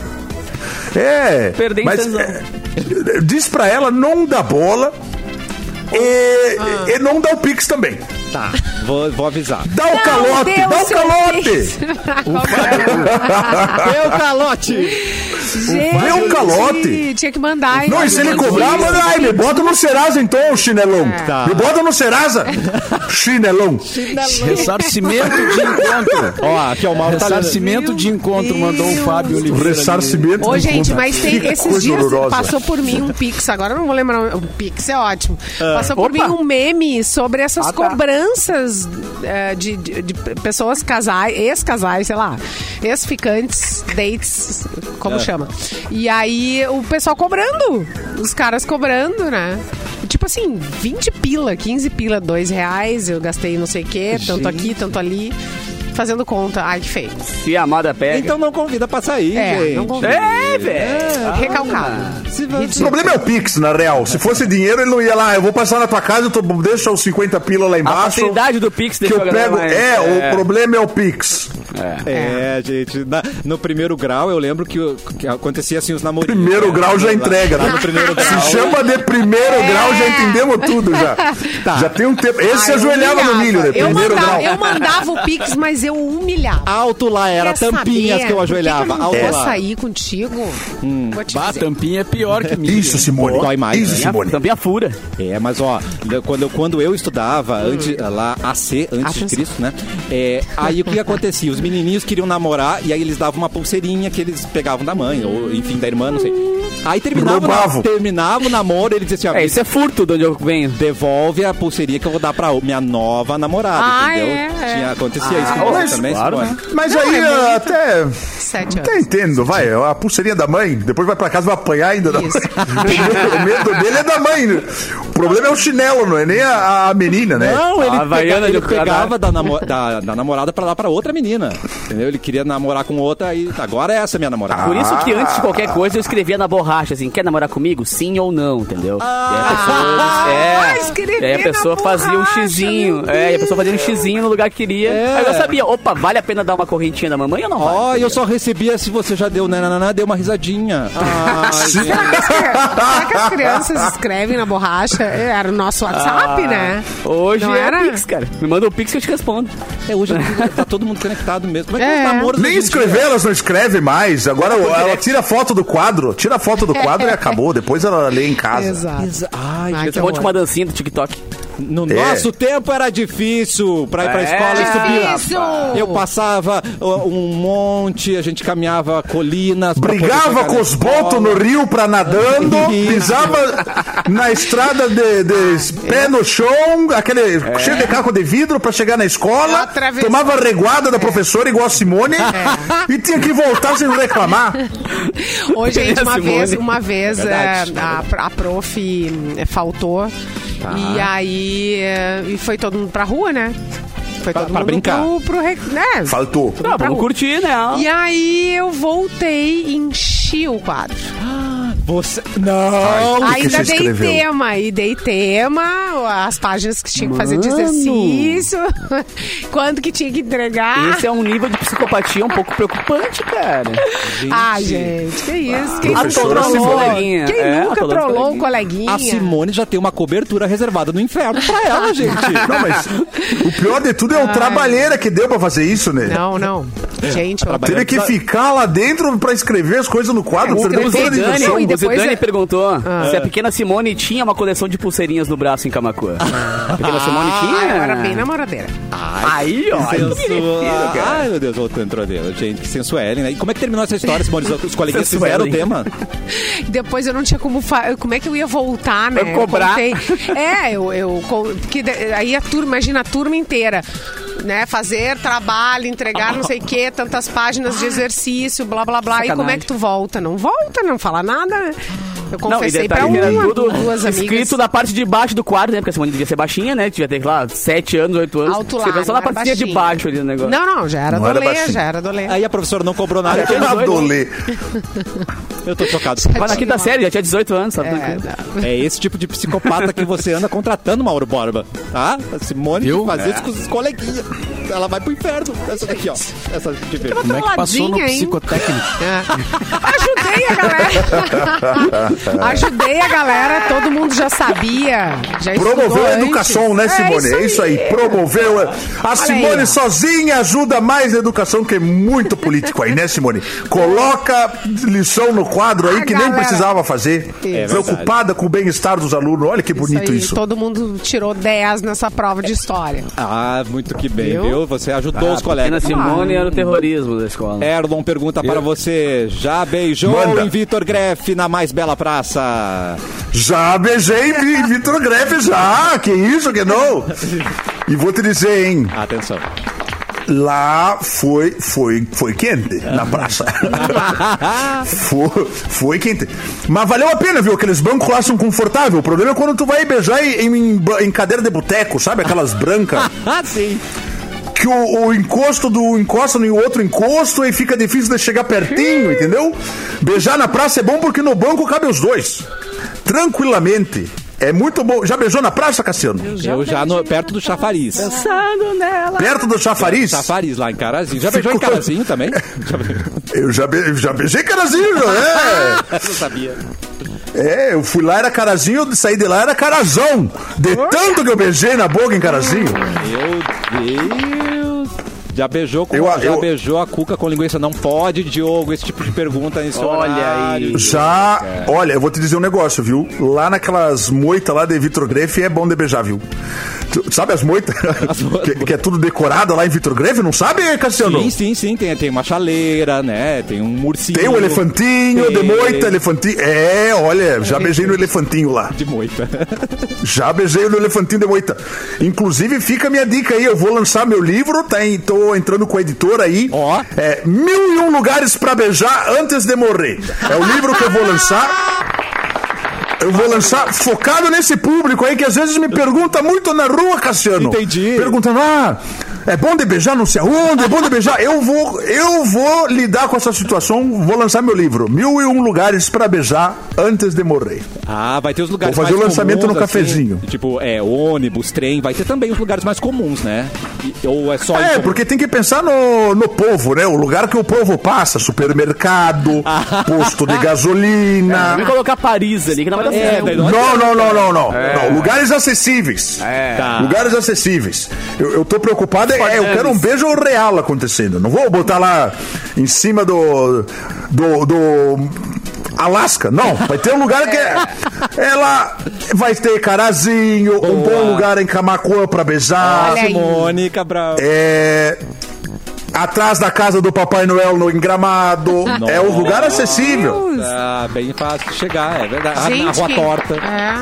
[SPEAKER 6] É.
[SPEAKER 3] Perdem tesão.
[SPEAKER 6] é, diz pra ela, não dá bola. E,
[SPEAKER 3] Ah.
[SPEAKER 6] e não dá o Pix também.
[SPEAKER 1] Tá, vou, vou avisar.
[SPEAKER 6] Dá o calote,
[SPEAKER 5] deu
[SPEAKER 6] dá o
[SPEAKER 5] seu
[SPEAKER 6] calote.
[SPEAKER 5] pix.
[SPEAKER 1] Meu calote!
[SPEAKER 5] Gente,
[SPEAKER 6] Deu um calote.
[SPEAKER 5] Tinha que mandar. hein?
[SPEAKER 6] Não, e se ele cobrar, manda ai, me bota no Serasa então, ô chinelão.
[SPEAKER 1] Tá.
[SPEAKER 6] Me bota no Serasa, chinelão.
[SPEAKER 7] Ressarcimento de encontro.
[SPEAKER 1] Ó, aqui é o Mauro tá lendo.
[SPEAKER 7] Ressarcimento de encontro, mandou o Fábio
[SPEAKER 6] O
[SPEAKER 7] Oliveira.
[SPEAKER 6] ressarcimento.
[SPEAKER 5] Ô,
[SPEAKER 6] não
[SPEAKER 5] gente,
[SPEAKER 6] conta.
[SPEAKER 5] mas tem
[SPEAKER 6] Que
[SPEAKER 5] esses
[SPEAKER 6] coisa
[SPEAKER 5] dias
[SPEAKER 6] horrorosa.
[SPEAKER 5] passou por mim um pix, agora eu não vou lembrar. o- Um pix é ótimo. passou por
[SPEAKER 7] Opa.
[SPEAKER 5] mim um meme sobre essas
[SPEAKER 7] Ah, tá.
[SPEAKER 5] cobranças eh, de, de- de pessoas casais, ex-casais, sei lá, ex-ficantes, dates, como chama. E aí o pessoal cobrando, os caras cobrando, né? Tipo assim, 20 pila, 15 pila, 2 reais, eu gastei não sei o quê, tanto aqui, tanto ali, fazendo conta. Ai, que feio.
[SPEAKER 3] Se a amada pega.
[SPEAKER 1] Então não convida pra sair,
[SPEAKER 5] É,
[SPEAKER 1] gente.
[SPEAKER 5] não convida.
[SPEAKER 3] é,
[SPEAKER 5] Então,
[SPEAKER 3] velho.
[SPEAKER 5] Recalcado.
[SPEAKER 1] Se você-
[SPEAKER 6] O problema é o Pix, na real. Se fosse dinheiro, ele não ia lá. Eu vou passar na tua casa, tu deixa os 50 pila lá
[SPEAKER 3] A
[SPEAKER 6] embaixo.
[SPEAKER 3] facilidade do Pix
[SPEAKER 6] Que
[SPEAKER 3] deixou a
[SPEAKER 6] eu
[SPEAKER 3] galera
[SPEAKER 6] pego.
[SPEAKER 3] mais-
[SPEAKER 6] É, o problema é o Pix.
[SPEAKER 1] É, gente. na- no primeiro grau, eu lembro que, o- que acontecia assim os namorinhos.
[SPEAKER 6] Primeiro grau já
[SPEAKER 1] Lá-
[SPEAKER 6] entrega, né?
[SPEAKER 1] Lá no primeiro grau.
[SPEAKER 6] Se chama de primeiro grau, já entendemos tudo já.
[SPEAKER 1] Tá.
[SPEAKER 6] Já tem um tempo. Esse se
[SPEAKER 5] Ah, eu
[SPEAKER 6] ajoelhava no
[SPEAKER 5] humilhava.
[SPEAKER 6] milho, né?
[SPEAKER 5] Eu
[SPEAKER 6] Primeiro
[SPEAKER 5] mandava,
[SPEAKER 6] grau.
[SPEAKER 5] eu mandava o Pix, mas eu humilhava.
[SPEAKER 1] Alto lá era,
[SPEAKER 5] Quer
[SPEAKER 1] tampinhas
[SPEAKER 5] saber?
[SPEAKER 1] que eu
[SPEAKER 5] Por
[SPEAKER 1] ajoelhava. Hum.
[SPEAKER 5] Que que eu não
[SPEAKER 1] alto
[SPEAKER 5] vou
[SPEAKER 1] lá.
[SPEAKER 5] sair contigo. Vou te
[SPEAKER 7] Bah,
[SPEAKER 5] dizer.
[SPEAKER 7] tampinha é pior que mídia.
[SPEAKER 6] Isso, Simone.
[SPEAKER 1] Dói mais,
[SPEAKER 6] Isso,
[SPEAKER 1] né?
[SPEAKER 6] Simone.
[SPEAKER 3] Também a fura.
[SPEAKER 1] É, mas ó, quando eu, quando eu estudava antes,
[SPEAKER 5] Hum.
[SPEAKER 1] lá AC, antes de
[SPEAKER 5] Atenção.
[SPEAKER 1] Cristo, né? É, aí o que acontecia? Os menininhos queriam namorar e aí eles davam uma pulseirinha que eles pegavam da mãe, ou enfim, da irmã, não sei. Aí terminava, o na-
[SPEAKER 6] Roubavam.
[SPEAKER 1] terminava o namoro, ele dizia assim, ó,
[SPEAKER 3] É, isso é furto de onde eu venho.
[SPEAKER 1] devolve a pulseirinha que eu vou dar pra minha nova namorada,
[SPEAKER 5] Ah,
[SPEAKER 1] entendeu?
[SPEAKER 5] é, é.
[SPEAKER 1] Tinha, acontecia
[SPEAKER 3] Ah,
[SPEAKER 1] isso com
[SPEAKER 6] mas
[SPEAKER 1] você também,
[SPEAKER 6] claro,
[SPEAKER 1] Simone?
[SPEAKER 3] né?
[SPEAKER 6] Mas aí ah, até.
[SPEAKER 5] Sete
[SPEAKER 6] Até
[SPEAKER 5] anos.
[SPEAKER 6] entendo, vai. é A pulseirinha da mãe, depois vai pra casa e vai apanhar ainda. da mãe.
[SPEAKER 5] Isso.
[SPEAKER 6] o medo dele é da mãe. né? O problema é o chinelo, não é nem a, a menina, né?
[SPEAKER 1] Não, ele,
[SPEAKER 3] A Havaiana
[SPEAKER 1] pega- ele
[SPEAKER 3] de Ucrânia.
[SPEAKER 1] pegava da, namo- da- da namorada pra dar pra outra menina. Entendeu? Ele queria namorar com outra e agora é essa minha namorada.
[SPEAKER 3] Por isso que antes de qualquer coisa eu escrevia na borracha assim, quer namorar comigo? Sim ou não, entendeu?
[SPEAKER 5] Ah,
[SPEAKER 3] e aí a pessoa,
[SPEAKER 5] escrever
[SPEAKER 3] é, e aí a
[SPEAKER 5] na
[SPEAKER 3] pessoa fazia um
[SPEAKER 5] borracha,
[SPEAKER 3] xizinho.
[SPEAKER 5] meu É.
[SPEAKER 3] É, e a pessoa fazia um xizinho no lugar que queria. Aí eu sabia, opa, vale a pena dar uma correntinha da mamãe ou não?
[SPEAKER 1] Ó,
[SPEAKER 3] vale?
[SPEAKER 1] eu só recebia se você já deu né, nananana, deu uma risadinha. Ah,
[SPEAKER 5] Será que, as, cri- será que as crianças escrevem na borracha? É, Era o nosso
[SPEAKER 1] Ah.
[SPEAKER 5] WhatsApp, né?
[SPEAKER 3] Hoje
[SPEAKER 5] Não
[SPEAKER 3] é
[SPEAKER 5] era?
[SPEAKER 3] Pix, cara. Me manda o Pix que eu te respondo.
[SPEAKER 1] é, hoje tá todo mundo conectado mesmo. Como é que é
[SPEAKER 5] É.
[SPEAKER 1] os namoros
[SPEAKER 6] Nem
[SPEAKER 1] hoje em
[SPEAKER 6] escrever,
[SPEAKER 1] dia?
[SPEAKER 6] elas não escrevem mais. Agora ela tira a foto do quadro, tira a foto do quadro e acabou. Depois ela lê em casa.
[SPEAKER 5] Exato.
[SPEAKER 1] é? Ai,
[SPEAKER 5] Ah,
[SPEAKER 1] Jesus.
[SPEAKER 5] que
[SPEAKER 3] Responde
[SPEAKER 5] horror.
[SPEAKER 3] com uma dancinha do TikTok.
[SPEAKER 1] No
[SPEAKER 6] É.
[SPEAKER 1] nosso tempo era difícil pra ir pra escola e subir.
[SPEAKER 5] Difícil.
[SPEAKER 1] Eu passava ó, um monte, a gente caminhava colinas. pra poder
[SPEAKER 6] Brigava
[SPEAKER 1] chegar
[SPEAKER 6] com
[SPEAKER 1] na
[SPEAKER 6] os botos
[SPEAKER 1] escola.
[SPEAKER 6] no rio pra nadando,
[SPEAKER 1] Isso.
[SPEAKER 6] pisava na estrada de, de
[SPEAKER 1] Ah, é.
[SPEAKER 6] pé no chão, aquele cheio de caco de vidro pra chegar na escola,
[SPEAKER 5] Atravessou. É.
[SPEAKER 6] tomava reguada da professora igual a Simone e tinha que voltar sem reclamar.
[SPEAKER 5] Ô, gente, uma
[SPEAKER 3] Simone.
[SPEAKER 5] vez, uma
[SPEAKER 1] É
[SPEAKER 5] vez
[SPEAKER 3] Verdade.
[SPEAKER 5] eh, a, a prof eh, faltou.
[SPEAKER 1] Tá.
[SPEAKER 5] E aí eh, e foi todo mundo pra rua, né? Foi
[SPEAKER 1] Pra-
[SPEAKER 5] todo
[SPEAKER 1] pra
[SPEAKER 5] mundo
[SPEAKER 1] brincar.
[SPEAKER 5] Pro, pro, rec- né?
[SPEAKER 6] Faltou.
[SPEAKER 3] Não, vamos curtir, né?
[SPEAKER 5] E aí eu voltei e enchi o quadro.
[SPEAKER 1] Você... Não!
[SPEAKER 6] que
[SPEAKER 5] Ainda
[SPEAKER 6] você
[SPEAKER 5] dei
[SPEAKER 6] escreveu?
[SPEAKER 5] tema, e dei tema, as páginas que tinha que fazer de exercício, quanto que tinha que entregar.
[SPEAKER 3] Esse é um nível de psicopatia um pouco preocupante, cara.
[SPEAKER 5] Ah, gente, que isso? Quem nunca
[SPEAKER 6] professora
[SPEAKER 5] trollou?
[SPEAKER 3] Simone.
[SPEAKER 5] Quem
[SPEAKER 3] É,
[SPEAKER 5] nunca
[SPEAKER 3] atolou os
[SPEAKER 5] trollou um coleguinha?
[SPEAKER 1] A Simone já tem uma cobertura reservada no inferno pra ela, gente.
[SPEAKER 6] Não, mas o pior de tudo é o trabalheira que deu pra fazer isso, né?
[SPEAKER 5] Não, não. Gente, eu...
[SPEAKER 1] é
[SPEAKER 6] Teve que ficar lá dentro pra escrever as coisas no quadro, perdeu
[SPEAKER 3] O
[SPEAKER 5] um
[SPEAKER 6] toda a
[SPEAKER 3] Zidane,
[SPEAKER 6] diversão.
[SPEAKER 5] e
[SPEAKER 3] o
[SPEAKER 5] depois
[SPEAKER 3] Zidane
[SPEAKER 5] é-
[SPEAKER 3] perguntou se a pequena Simone tinha uma coleção de pulseirinhas no braço em Camacuã. A pequena Simone
[SPEAKER 5] Ah, eu
[SPEAKER 3] tinha?
[SPEAKER 5] era bem namoradeira.
[SPEAKER 3] Aí, ó. aí eu me refiro,
[SPEAKER 1] Sensual.
[SPEAKER 3] cara.
[SPEAKER 1] Ai, meu Deus, voltando pra Deus. Gente, que sensuelen, né? E como é que terminou essa história, Simone? Os- Os coleguinhas fizeram o tema?
[SPEAKER 5] Depois eu não tinha como fa... como é que eu ia voltar, né?
[SPEAKER 3] Pra cobrar.
[SPEAKER 5] Eu contei- É, eu, eu co- porque de- aí a turma, imagina a turma inteira, né? Fazer trabalho, entregar não sei o quê, tantas páginas de exercício, blá blá blá. E
[SPEAKER 3] Sacanagem.
[SPEAKER 5] como é que tu volta? Não volta, não fala nada. né? Eu
[SPEAKER 3] Não, e
[SPEAKER 5] confessei pra
[SPEAKER 3] detalhe, que
[SPEAKER 5] uma,
[SPEAKER 3] era tudo
[SPEAKER 5] duas amigas.
[SPEAKER 3] escrito na parte de baixo do quadro, né? Porque a Simone devia ser baixinha, né? Devia ter, sei lá, 7 anos, 8 anos.
[SPEAKER 5] Alto lá,
[SPEAKER 3] Escreveu só na
[SPEAKER 5] não era
[SPEAKER 3] partezinha de
[SPEAKER 5] baixinho.
[SPEAKER 3] baixo ali do negócio.
[SPEAKER 5] Não, não, já era
[SPEAKER 6] Não era
[SPEAKER 5] dolê,
[SPEAKER 6] baixinho.
[SPEAKER 5] já era dolê.
[SPEAKER 1] Aí a professora não cobrou nada.
[SPEAKER 5] um
[SPEAKER 3] tinha
[SPEAKER 6] Nada
[SPEAKER 3] 18.
[SPEAKER 6] lê.
[SPEAKER 1] Eu tô chocado.
[SPEAKER 3] Mas na quinta
[SPEAKER 5] Tinha.
[SPEAKER 3] série, já tinha 18 anos, sabe?
[SPEAKER 5] É,
[SPEAKER 3] Tranquilo.
[SPEAKER 1] É esse tipo de psicopata que você anda contratando, Mauro Borba. Tá? A Simone
[SPEAKER 7] Eu?
[SPEAKER 1] faz isso com os coleguinhas. Ela vai pro inferno. Essa daqui, ó. Essa de verde.
[SPEAKER 7] Como é que passou no
[SPEAKER 5] Ladinha, hein?
[SPEAKER 7] psicotécnico?
[SPEAKER 5] Ajudei a galera. Ajudei a galera, todo mundo já sabia. Já estudou
[SPEAKER 6] Promoveu a
[SPEAKER 5] antes.
[SPEAKER 6] educação, né, Simone? É isso aí, promoveu. a- A Simone
[SPEAKER 5] aí, ó.
[SPEAKER 6] sozinha ajuda mais a educação, que é muito político aí, né, Simone? Coloca lição no quadro aí
[SPEAKER 5] A
[SPEAKER 6] que nem
[SPEAKER 5] galera-
[SPEAKER 6] precisava fazer.
[SPEAKER 5] É
[SPEAKER 6] Preocupada com o bem-estar dos alunos. Olha que bonito
[SPEAKER 5] aí,
[SPEAKER 6] isso.
[SPEAKER 5] Todo mundo tirou 10 nessa prova de história.
[SPEAKER 1] Ah, muito que bem,
[SPEAKER 5] Viu?
[SPEAKER 1] viu? Você ajudou os
[SPEAKER 3] Pequena
[SPEAKER 1] colegas.
[SPEAKER 3] Simone era o terrorismo da escola.
[SPEAKER 1] Erlon pergunta para você: já beijou
[SPEAKER 6] Manda.
[SPEAKER 1] em Vitor Greff na mais bela praça?
[SPEAKER 6] Já beijei Vi- Vitor Greff, já. Que isso, que não? E vou te dizer, hein?
[SPEAKER 1] Atenção.
[SPEAKER 6] Lá foi, foi, foi quente na praça. foi, foi quente. Mas valeu a pena, viu? Aqueles bancos lá são confortáveis. O problema é quando tu vai beijar em, em ba- em cadeira de boteco, sabe? Aquelas brancas.
[SPEAKER 1] Ah, sim.
[SPEAKER 6] Que o, o encosto do encosto no outro encosto e fica difícil de chegar pertinho, entendeu? Beijar na praça é bom porque no banco cabe os dois. Tranquilamente. É muito bom. Já beijou na praça, Cassiano?
[SPEAKER 1] Eu já no- perto do chafariz.
[SPEAKER 2] Pensando nela.
[SPEAKER 6] Perto do chafariz?
[SPEAKER 1] Chafariz lá em Carazinho. Já beijou em
[SPEAKER 6] Ficou-
[SPEAKER 1] Carazinho também? Já beijou.
[SPEAKER 6] Eu já, be- já beijei carazinho, é!
[SPEAKER 1] Eu não sabia.
[SPEAKER 6] É, eu fui lá, era carazinho, saí de lá, era carazão. De tanto que eu beijei na boca em carazinho.
[SPEAKER 1] Meu Deus. Já beijou, com,
[SPEAKER 6] Eu-
[SPEAKER 1] já
[SPEAKER 6] eu-
[SPEAKER 1] beijou a cuca com linguiça? Não pode, Diogo, esse tipo de pergunta nesse
[SPEAKER 3] Olha
[SPEAKER 1] horário.
[SPEAKER 3] aí.
[SPEAKER 6] Já, olha, eu vou te dizer um negócio, viu? Lá naquelas moitas lá de Vitor Greff é bom de beijar, viu? Tu- Sabe as moitas? que, que é tudo decorado lá em Vitor Greff, não sabe, Cassiano?
[SPEAKER 1] Sim, sim, sim. Tem, tem uma chaleira, né? Tem um ursinho.
[SPEAKER 6] Tem o elefantinho, de
[SPEAKER 1] Tem.
[SPEAKER 6] moita, elefantinho. É, olha, já beijei no elefantinho lá.
[SPEAKER 1] De moita.
[SPEAKER 6] Já beijei no Elefantinho de Moita. Inclusive, fica a minha dica aí. Eu vou lançar meu livro, tá, em- tô entrando com a editora aí.
[SPEAKER 1] Ó.
[SPEAKER 6] É, Mil e um lugares pra beijar antes de morrer. É o livro que eu vou lançar. Eu vou lançar focado nesse público aí que às vezes me pergunta muito na rua, Cassiano.
[SPEAKER 1] Entendi.
[SPEAKER 6] Perguntando, ah, é bom de beijar não sei aonde, é bom de beijar. Eu vou, eu vou lidar com essa situação, vou lançar meu livro. Mil e um lugares pra beijar antes de morrer.
[SPEAKER 1] Ah, vai ter os lugares
[SPEAKER 6] Vou fazer
[SPEAKER 1] mais
[SPEAKER 6] o lançamento
[SPEAKER 1] comuns,
[SPEAKER 6] no
[SPEAKER 1] assim,
[SPEAKER 6] cafezinho.
[SPEAKER 1] tipo, é, ônibus, trem. Vai ter também os lugares mais comuns, né? E- ou é só
[SPEAKER 6] É,
[SPEAKER 1] isso?
[SPEAKER 6] porque tem que pensar no, no povo, né? O lugar que o povo passa, supermercado, posto de gasolina.
[SPEAKER 3] Vamos colocar Paris ali, que não vai dar
[SPEAKER 1] É,
[SPEAKER 3] certo. né?
[SPEAKER 1] daí
[SPEAKER 5] um
[SPEAKER 1] não-
[SPEAKER 6] Não, não, não, não, não. Não, lugares acessíveis.
[SPEAKER 1] Tá.
[SPEAKER 6] Lugares acessíveis. Eu, eu tô preocupado, é, eu quero um beijo real acontecendo. Não vou botar lá em cima do. do. do Alasca? Não, vai ter um lugar que é, ela vai ter carazinho, um bom lugar em Camacuã pra beijar.
[SPEAKER 5] Olha
[SPEAKER 1] Ah,
[SPEAKER 5] aí.
[SPEAKER 1] Simone Cabral.
[SPEAKER 6] É. Atrás da casa do Papai Noel no engramado. É um lugar acessível.
[SPEAKER 1] Ah, bem fácil de chegar, é verdade. Na rua
[SPEAKER 5] que-
[SPEAKER 1] torta.
[SPEAKER 5] É.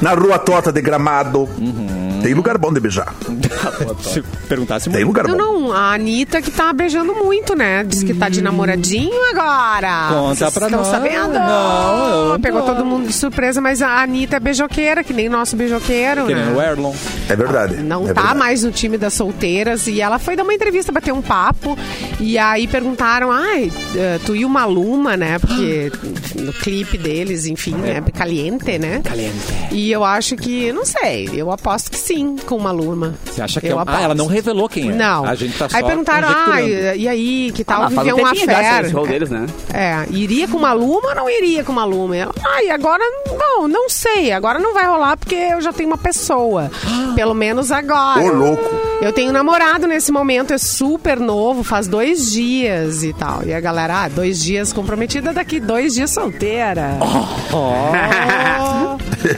[SPEAKER 6] Na rua torta de gramado.
[SPEAKER 7] Uhum.
[SPEAKER 6] Tem lugar bom de beijar.
[SPEAKER 1] Se perguntar se
[SPEAKER 6] Tem lugar
[SPEAKER 5] Não,
[SPEAKER 6] bom.
[SPEAKER 5] não, a Anitta que tá beijando muito, né? Diz que tá
[SPEAKER 6] Hum.
[SPEAKER 5] de namoradinho agora.
[SPEAKER 1] Conta
[SPEAKER 5] Vocês
[SPEAKER 1] pra
[SPEAKER 5] estão
[SPEAKER 1] nós.
[SPEAKER 5] sabendo?
[SPEAKER 1] Não, eu não
[SPEAKER 5] Pegou
[SPEAKER 1] tô.
[SPEAKER 5] todo mundo de surpresa, mas a Anitta é beijoqueira, que nem nosso
[SPEAKER 6] um,
[SPEAKER 5] beijoqueiro,
[SPEAKER 1] Que
[SPEAKER 5] né?
[SPEAKER 1] nem o Erlon.
[SPEAKER 6] É verdade.
[SPEAKER 5] Não
[SPEAKER 6] é
[SPEAKER 5] tá
[SPEAKER 6] verdade.
[SPEAKER 5] mais no time das solteiras. E ela foi dar uma entrevista, bater um papo. E aí perguntaram, ai, eh, tu e uma Luma, né? Porque no clipe deles, enfim, né?
[SPEAKER 1] É.
[SPEAKER 5] Caliente, né? Caliente. E eu acho que, não sei, eu aposto que sim, com uma Luma.
[SPEAKER 1] Você acha que
[SPEAKER 5] eu
[SPEAKER 1] é um... Ah, ela não revelou quem é.
[SPEAKER 5] Não.
[SPEAKER 1] A gente tá só
[SPEAKER 5] aí perguntaram, ah,
[SPEAKER 1] conjecturando.
[SPEAKER 5] e, e aí, que tal
[SPEAKER 3] Ah, faz
[SPEAKER 5] viver
[SPEAKER 3] um
[SPEAKER 5] uma
[SPEAKER 3] tempinho já esse show
[SPEAKER 5] fera?
[SPEAKER 3] deles, né?
[SPEAKER 5] É, iria com uma Luma ou não iria com uma Luma? Ela, ai, agora não, não sei. Agora não vai rolar porque eu já tenho uma pessoa. Pelo menos agora.
[SPEAKER 6] Ô, louco.
[SPEAKER 5] Eu tenho um namorado nesse momento, é super novo, faz dois dias e tal. E a galera, ah, dois dias comprometida, daqui dois dias solteira.
[SPEAKER 6] Oh.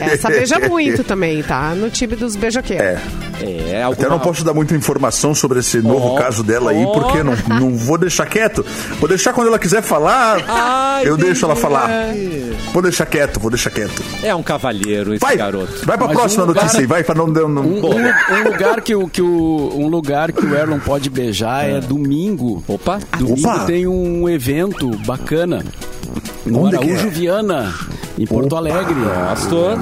[SPEAKER 5] Essa beija muito também, tá? No time dos beijoqueiros.
[SPEAKER 6] É. Então,
[SPEAKER 1] É, alguma...
[SPEAKER 6] Eu não posso dar muita informação sobre esse novo
[SPEAKER 1] Oh.
[SPEAKER 6] caso dela aí,
[SPEAKER 1] Oh.
[SPEAKER 6] porque não, não vou deixar quieto. Vou deixar quando ela quiser falar,
[SPEAKER 1] Ah,
[SPEAKER 6] eu
[SPEAKER 1] entendi.
[SPEAKER 6] deixo ela falar. Vou deixar quieto, vou deixar quieto.
[SPEAKER 1] É um cavalheiro esse
[SPEAKER 6] Vai,
[SPEAKER 1] garoto.
[SPEAKER 6] vai pra
[SPEAKER 7] Mas
[SPEAKER 6] próxima
[SPEAKER 7] um lugar-
[SPEAKER 6] notícia aí, vai pra não... não, não-
[SPEAKER 7] Um, um- um lugar que o, que o um lugar que o Erlon pode beijar é domingo.
[SPEAKER 1] Opa.
[SPEAKER 7] Domingo
[SPEAKER 6] Opa.
[SPEAKER 7] tem um evento bacana no
[SPEAKER 6] Onde que é?
[SPEAKER 7] Araújo Viana, em Porto Alegre.
[SPEAKER 1] Pastor.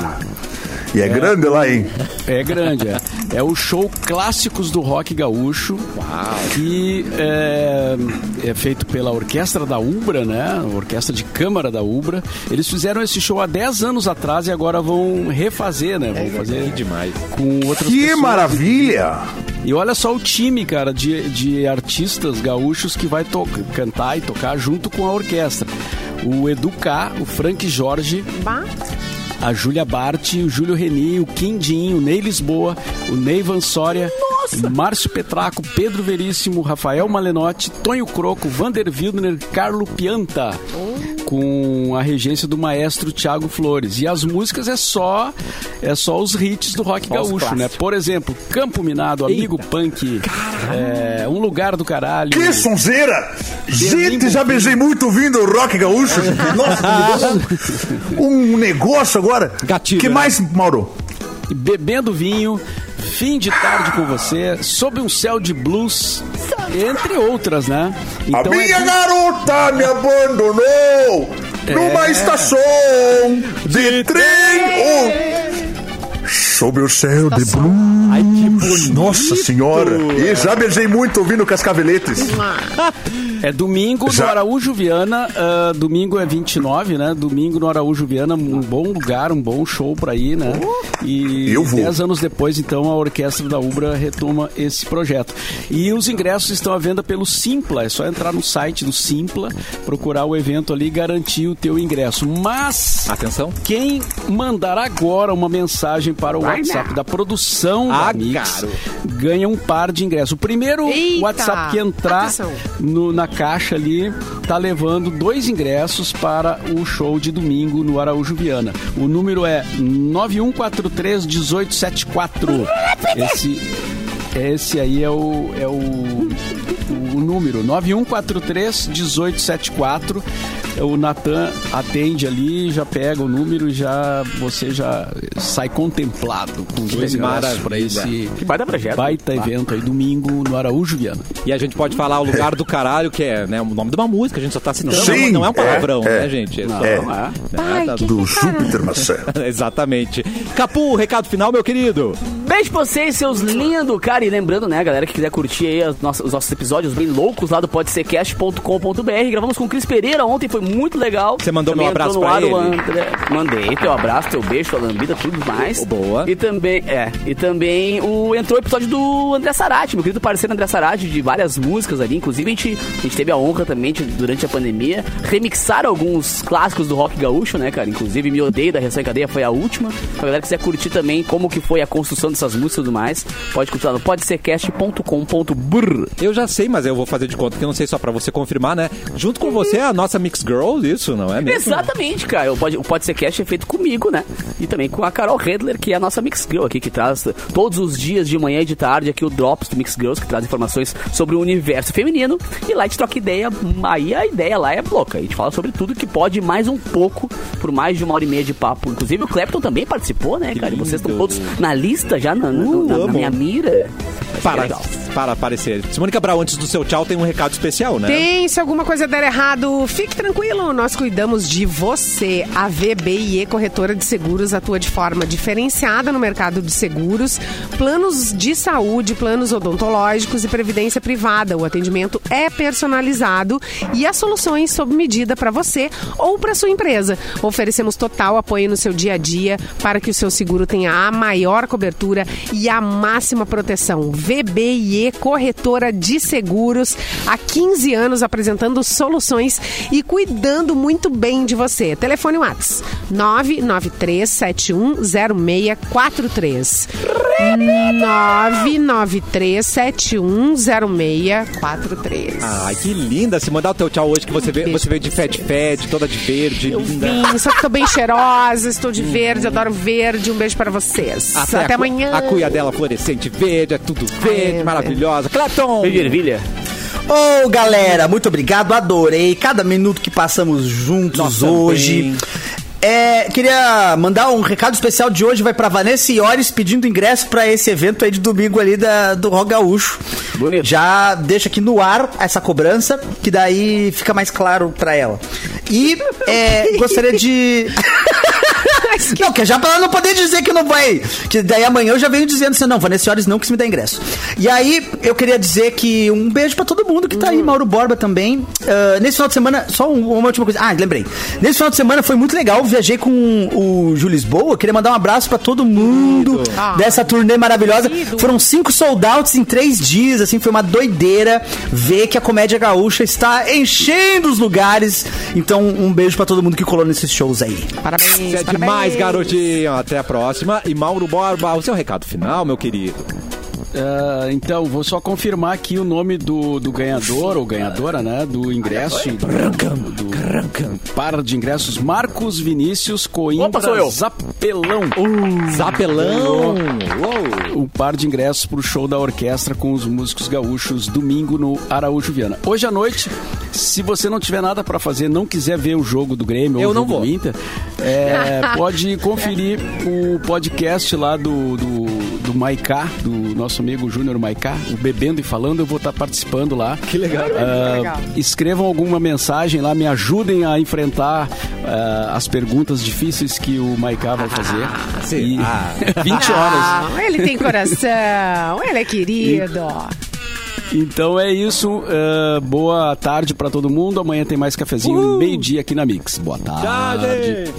[SPEAKER 6] E é grande lá, hein?
[SPEAKER 7] É grande, é. É o show Clássicos do Rock Gaúcho, que é, é feito pela Orquestra da Ubra, né? Orquestra de Câmara da Ubra. Eles fizeram esse show há 10 anos atrás e agora vão refazer, né? Vão fazer
[SPEAKER 1] demais.
[SPEAKER 7] com outras
[SPEAKER 6] Que
[SPEAKER 7] pessoas.
[SPEAKER 6] maravilha!
[SPEAKER 7] E olha só o time, cara, de, de artistas gaúchos que vai to- cantar e tocar junto com a orquestra. O Edu K, o Frank Jorge,
[SPEAKER 5] Bah.
[SPEAKER 7] a Júlia Bart, o Júlio Reni, o Quindinho, o Ney Lisboa, o Ney Vansória, o Márcio Petraco, Pedro Veríssimo, Rafael Malenotti, Tonho Croco, Vander Wildner, Carlo Pianta, Oh. com a regência do maestro Tiago Flores. E as músicas é só é só os hits do rock gaúcho, né? Por exemplo, Campo Minado, Amigo Punk, é, Um Lugar do Caralho.
[SPEAKER 6] Que sonzeira! Gente, já beijei muito ouvindo o rock gaúcho. Nossa, me deu um negócio agora.
[SPEAKER 1] Gatilho,
[SPEAKER 6] que
[SPEAKER 1] né?
[SPEAKER 6] mais, Mauro?
[SPEAKER 7] Bebendo Vinho, Fim de Tarde com Você, Sob um Céu de Blues, entre outras, né?
[SPEAKER 1] Então
[SPEAKER 6] a minha
[SPEAKER 7] é bem-
[SPEAKER 6] garota me abandonou
[SPEAKER 1] É.
[SPEAKER 6] numa estação de trem. Oh, Sob o céu de blues.
[SPEAKER 1] Ai, que bonito.
[SPEAKER 6] Nossa senhora. E já beijei muito ouvindo Cascaveletes.
[SPEAKER 7] é domingo
[SPEAKER 6] Já-
[SPEAKER 7] no Araújo Viana, ah, domingo é 29, né? Domingo no Araújo Viana, um bom lugar, um bom show pra ir, né? E
[SPEAKER 6] Oh, Eu vou.
[SPEAKER 7] 10 anos depois, então, a Orquestra da Ubra retoma esse projeto. E os ingressos estão à venda pelo Simpla, é só entrar no site do Simpla, procurar o evento ali e garantir o teu ingresso. Mas...
[SPEAKER 1] Atenção.
[SPEAKER 7] Quem mandar agora uma mensagem para o WhatsApp da produção da
[SPEAKER 1] Ah,
[SPEAKER 7] Mix
[SPEAKER 1] caro.
[SPEAKER 7] ganha um par de ingressos. O primeiro
[SPEAKER 5] Eita!
[SPEAKER 7] WhatsApp que entrar
[SPEAKER 5] Atenção.
[SPEAKER 7] no- na caixa ali tá levando dois ingressos para o show de domingo no Araújo Viana. O número é 9143 1874. Esse, esse aí é o. É o o número 9143 1874. É, O Natan atende ali, já pega o número e já você já sai contemplado com dois ingressos para
[SPEAKER 1] maravilha.
[SPEAKER 7] esse
[SPEAKER 3] Que baita projeto.
[SPEAKER 7] baita evento aí domingo no Araújo Viana.
[SPEAKER 1] E a gente pode falar o lugar do caralho, que é né, o nome de uma música, a gente só tá citando.
[SPEAKER 6] Sim,
[SPEAKER 1] não é um palavrão,
[SPEAKER 6] é,
[SPEAKER 1] né,
[SPEAKER 6] é.
[SPEAKER 1] gente? É
[SPEAKER 6] É.
[SPEAKER 1] só-
[SPEAKER 7] Ah,
[SPEAKER 5] Ai,
[SPEAKER 1] tá
[SPEAKER 5] que
[SPEAKER 6] Do Júpiter Maçã.
[SPEAKER 1] Exatamente. Capu, recado final, meu querido.
[SPEAKER 3] Beijo pra vocês, seus lindos, cara. E lembrando, né, galera, que quiser curtir aí as nossas- os nossos episódios bem loucos lá do podsercast.com.br. Gravamos com o Cris Pereira ontem, foi muito legal.
[SPEAKER 1] Você mandou meu abraço
[SPEAKER 3] entrou
[SPEAKER 1] pra
[SPEAKER 3] no ar o
[SPEAKER 1] ele?
[SPEAKER 3] André- Mandei teu abraço, teu beijo, tua lambida, tudo mais.
[SPEAKER 1] Boa.
[SPEAKER 3] E também, é, e também o, entrou o episódio do André Sarati, meu querido parceiro André Sarati, de várias músicas ali. Inclusive, a gente, a gente teve a honra também, de, durante a pandemia, remixar alguns clássicos do rock gaúcho, né, cara? Inclusive, Me Odeio, da Reação em Cadeia, foi a última. Pra galera que quiser curtir também como que foi a construção dessas músicas e tudo mais, pode curtir lá no podsercast.com.br.
[SPEAKER 1] Eu já sei, mas eu eu vou fazer de conta que eu não sei só pra você confirmar, né? Junto com você é a nossa Mix Girl, isso, não é mesmo?
[SPEAKER 3] Exatamente, cara. O Pode, o Pode Ser Cast é feito comigo, né? E também com a Carol Redler, que é a nossa Mix Girl aqui, que traz todos os dias de manhã e de tarde aqui o Drops do Mix Girls, que traz informações sobre o universo feminino. E lá a gente troca ideia, aí a ideia lá é louca. A gente fala sobre tudo que pode, mais um pouco, por mais de uma hora e meia de papo. Inclusive o Clapton também participou, né, cara? E vocês estão todos na lista já, na, na- na- na
[SPEAKER 1] Uh, amo.
[SPEAKER 3] minha mira. Vai ser
[SPEAKER 1] Para,
[SPEAKER 3] legal.
[SPEAKER 1] para aparecer. Simone Cabral, antes do seu tchau, tem um recado especial, né?
[SPEAKER 5] Tem, se alguma coisa der errado, fique tranquilo, nós cuidamos de você. A VBIE Corretora de Seguros atua de forma diferenciada no mercado de seguros, planos de saúde, planos odontológicos e previdência privada. O atendimento é personalizado e as soluções sob medida para você ou para sua empresa. Oferecemos total apoio no seu dia a dia para que o seu seguro tenha a maior cobertura e a máxima proteção. VBIE Corretora de Seguros, há 15 anos apresentando soluções e cuidando muito bem de você. Telefone Whats 993710643. 993710643.
[SPEAKER 1] Ai, que linda. Se mandar o teu tchau hoje, que você vê,
[SPEAKER 5] Beijo
[SPEAKER 1] você vê de fat fat, toda de verde, linda.
[SPEAKER 5] Vim, só que tô bem cheirosa, estou de verde, adoro verde. Um beijo para vocês. Até,
[SPEAKER 1] a cu-
[SPEAKER 5] amanhã.
[SPEAKER 1] A cuia dela fluorescente, verde, é tudo verde,
[SPEAKER 5] é.
[SPEAKER 1] maravilhosa. Clapton!
[SPEAKER 3] Vem de ervilha?
[SPEAKER 4] Ô, galera, muito obrigado, adorei cada minuto que passamos juntos
[SPEAKER 1] Nós
[SPEAKER 4] hoje.
[SPEAKER 1] também.
[SPEAKER 4] É, queria mandar um recado especial de hoje, vai pra Vanessa Iores pedindo ingresso pra esse evento aí de domingo ali da, do Rock Gaúcho.
[SPEAKER 3] Bonito.
[SPEAKER 4] Já deixa aqui no ar essa cobrança, que daí fica mais claro pra ela. E é, gostaria de... Não, que é já pra ela não poder dizer que não vai. Que daí amanhã eu já venho dizendo assim, não, Vanessa Horas não quis me dar ingresso. E aí, eu queria dizer que um beijo pra todo mundo que tá aí, Mauro Borba também. Ah, nesse final de semana, só um- uma última coisa. Ah, lembrei. Nesse final de semana foi muito legal, viajei com o Júlio Lisboa, queria mandar um abraço pra todo mundo dessa turnê maravilhosa. Foram cinco soldouts em três dias, assim, foi uma doideira ver que a comédia gaúcha está enchendo os lugares. Então, um beijo pra todo mundo que colou nesses shows aí.
[SPEAKER 5] Parabéns,
[SPEAKER 1] Você é
[SPEAKER 5] parabéns.
[SPEAKER 1] demais, garotinho. Até a próxima. E Mauro Borba, o seu recado final, meu querido.
[SPEAKER 7] Ah, então, vou só confirmar aqui o nome do, do ganhador ou ganhadora, né? Do ingresso. Do, do par de ingressos. Marcos Vinícius Coimbra
[SPEAKER 3] Opa, sou eu. Hum.
[SPEAKER 7] Zapelão.
[SPEAKER 1] Zapelão!
[SPEAKER 7] Um par de ingressos pro show da orquestra com os músicos gaúchos, domingo no Araújo Viana. Hoje à noite, se você não tiver nada pra fazer, não quiser ver o jogo do Grêmio
[SPEAKER 1] Eu
[SPEAKER 7] ou o
[SPEAKER 1] não
[SPEAKER 7] jogo
[SPEAKER 1] vou.
[SPEAKER 7] do Inter, é, pode conferir o podcast lá do, do, do Maiká, do nosso amigo Júnior Maiká, o Bebendo e Falando, eu vou estar participando lá. Que legal. escrevam alguma mensagem lá, me ajudem a enfrentar ah, as perguntas difíceis que o Maiká vai fazer.
[SPEAKER 1] será?
[SPEAKER 7] E- 20 horas.
[SPEAKER 5] Ah, ele tem coração, ele é querido.
[SPEAKER 7] Então é isso. eh, Ah, boa tarde pra todo mundo. Amanhã tem mais cafezinho, meio-dia aqui na Mix. Boa tarde.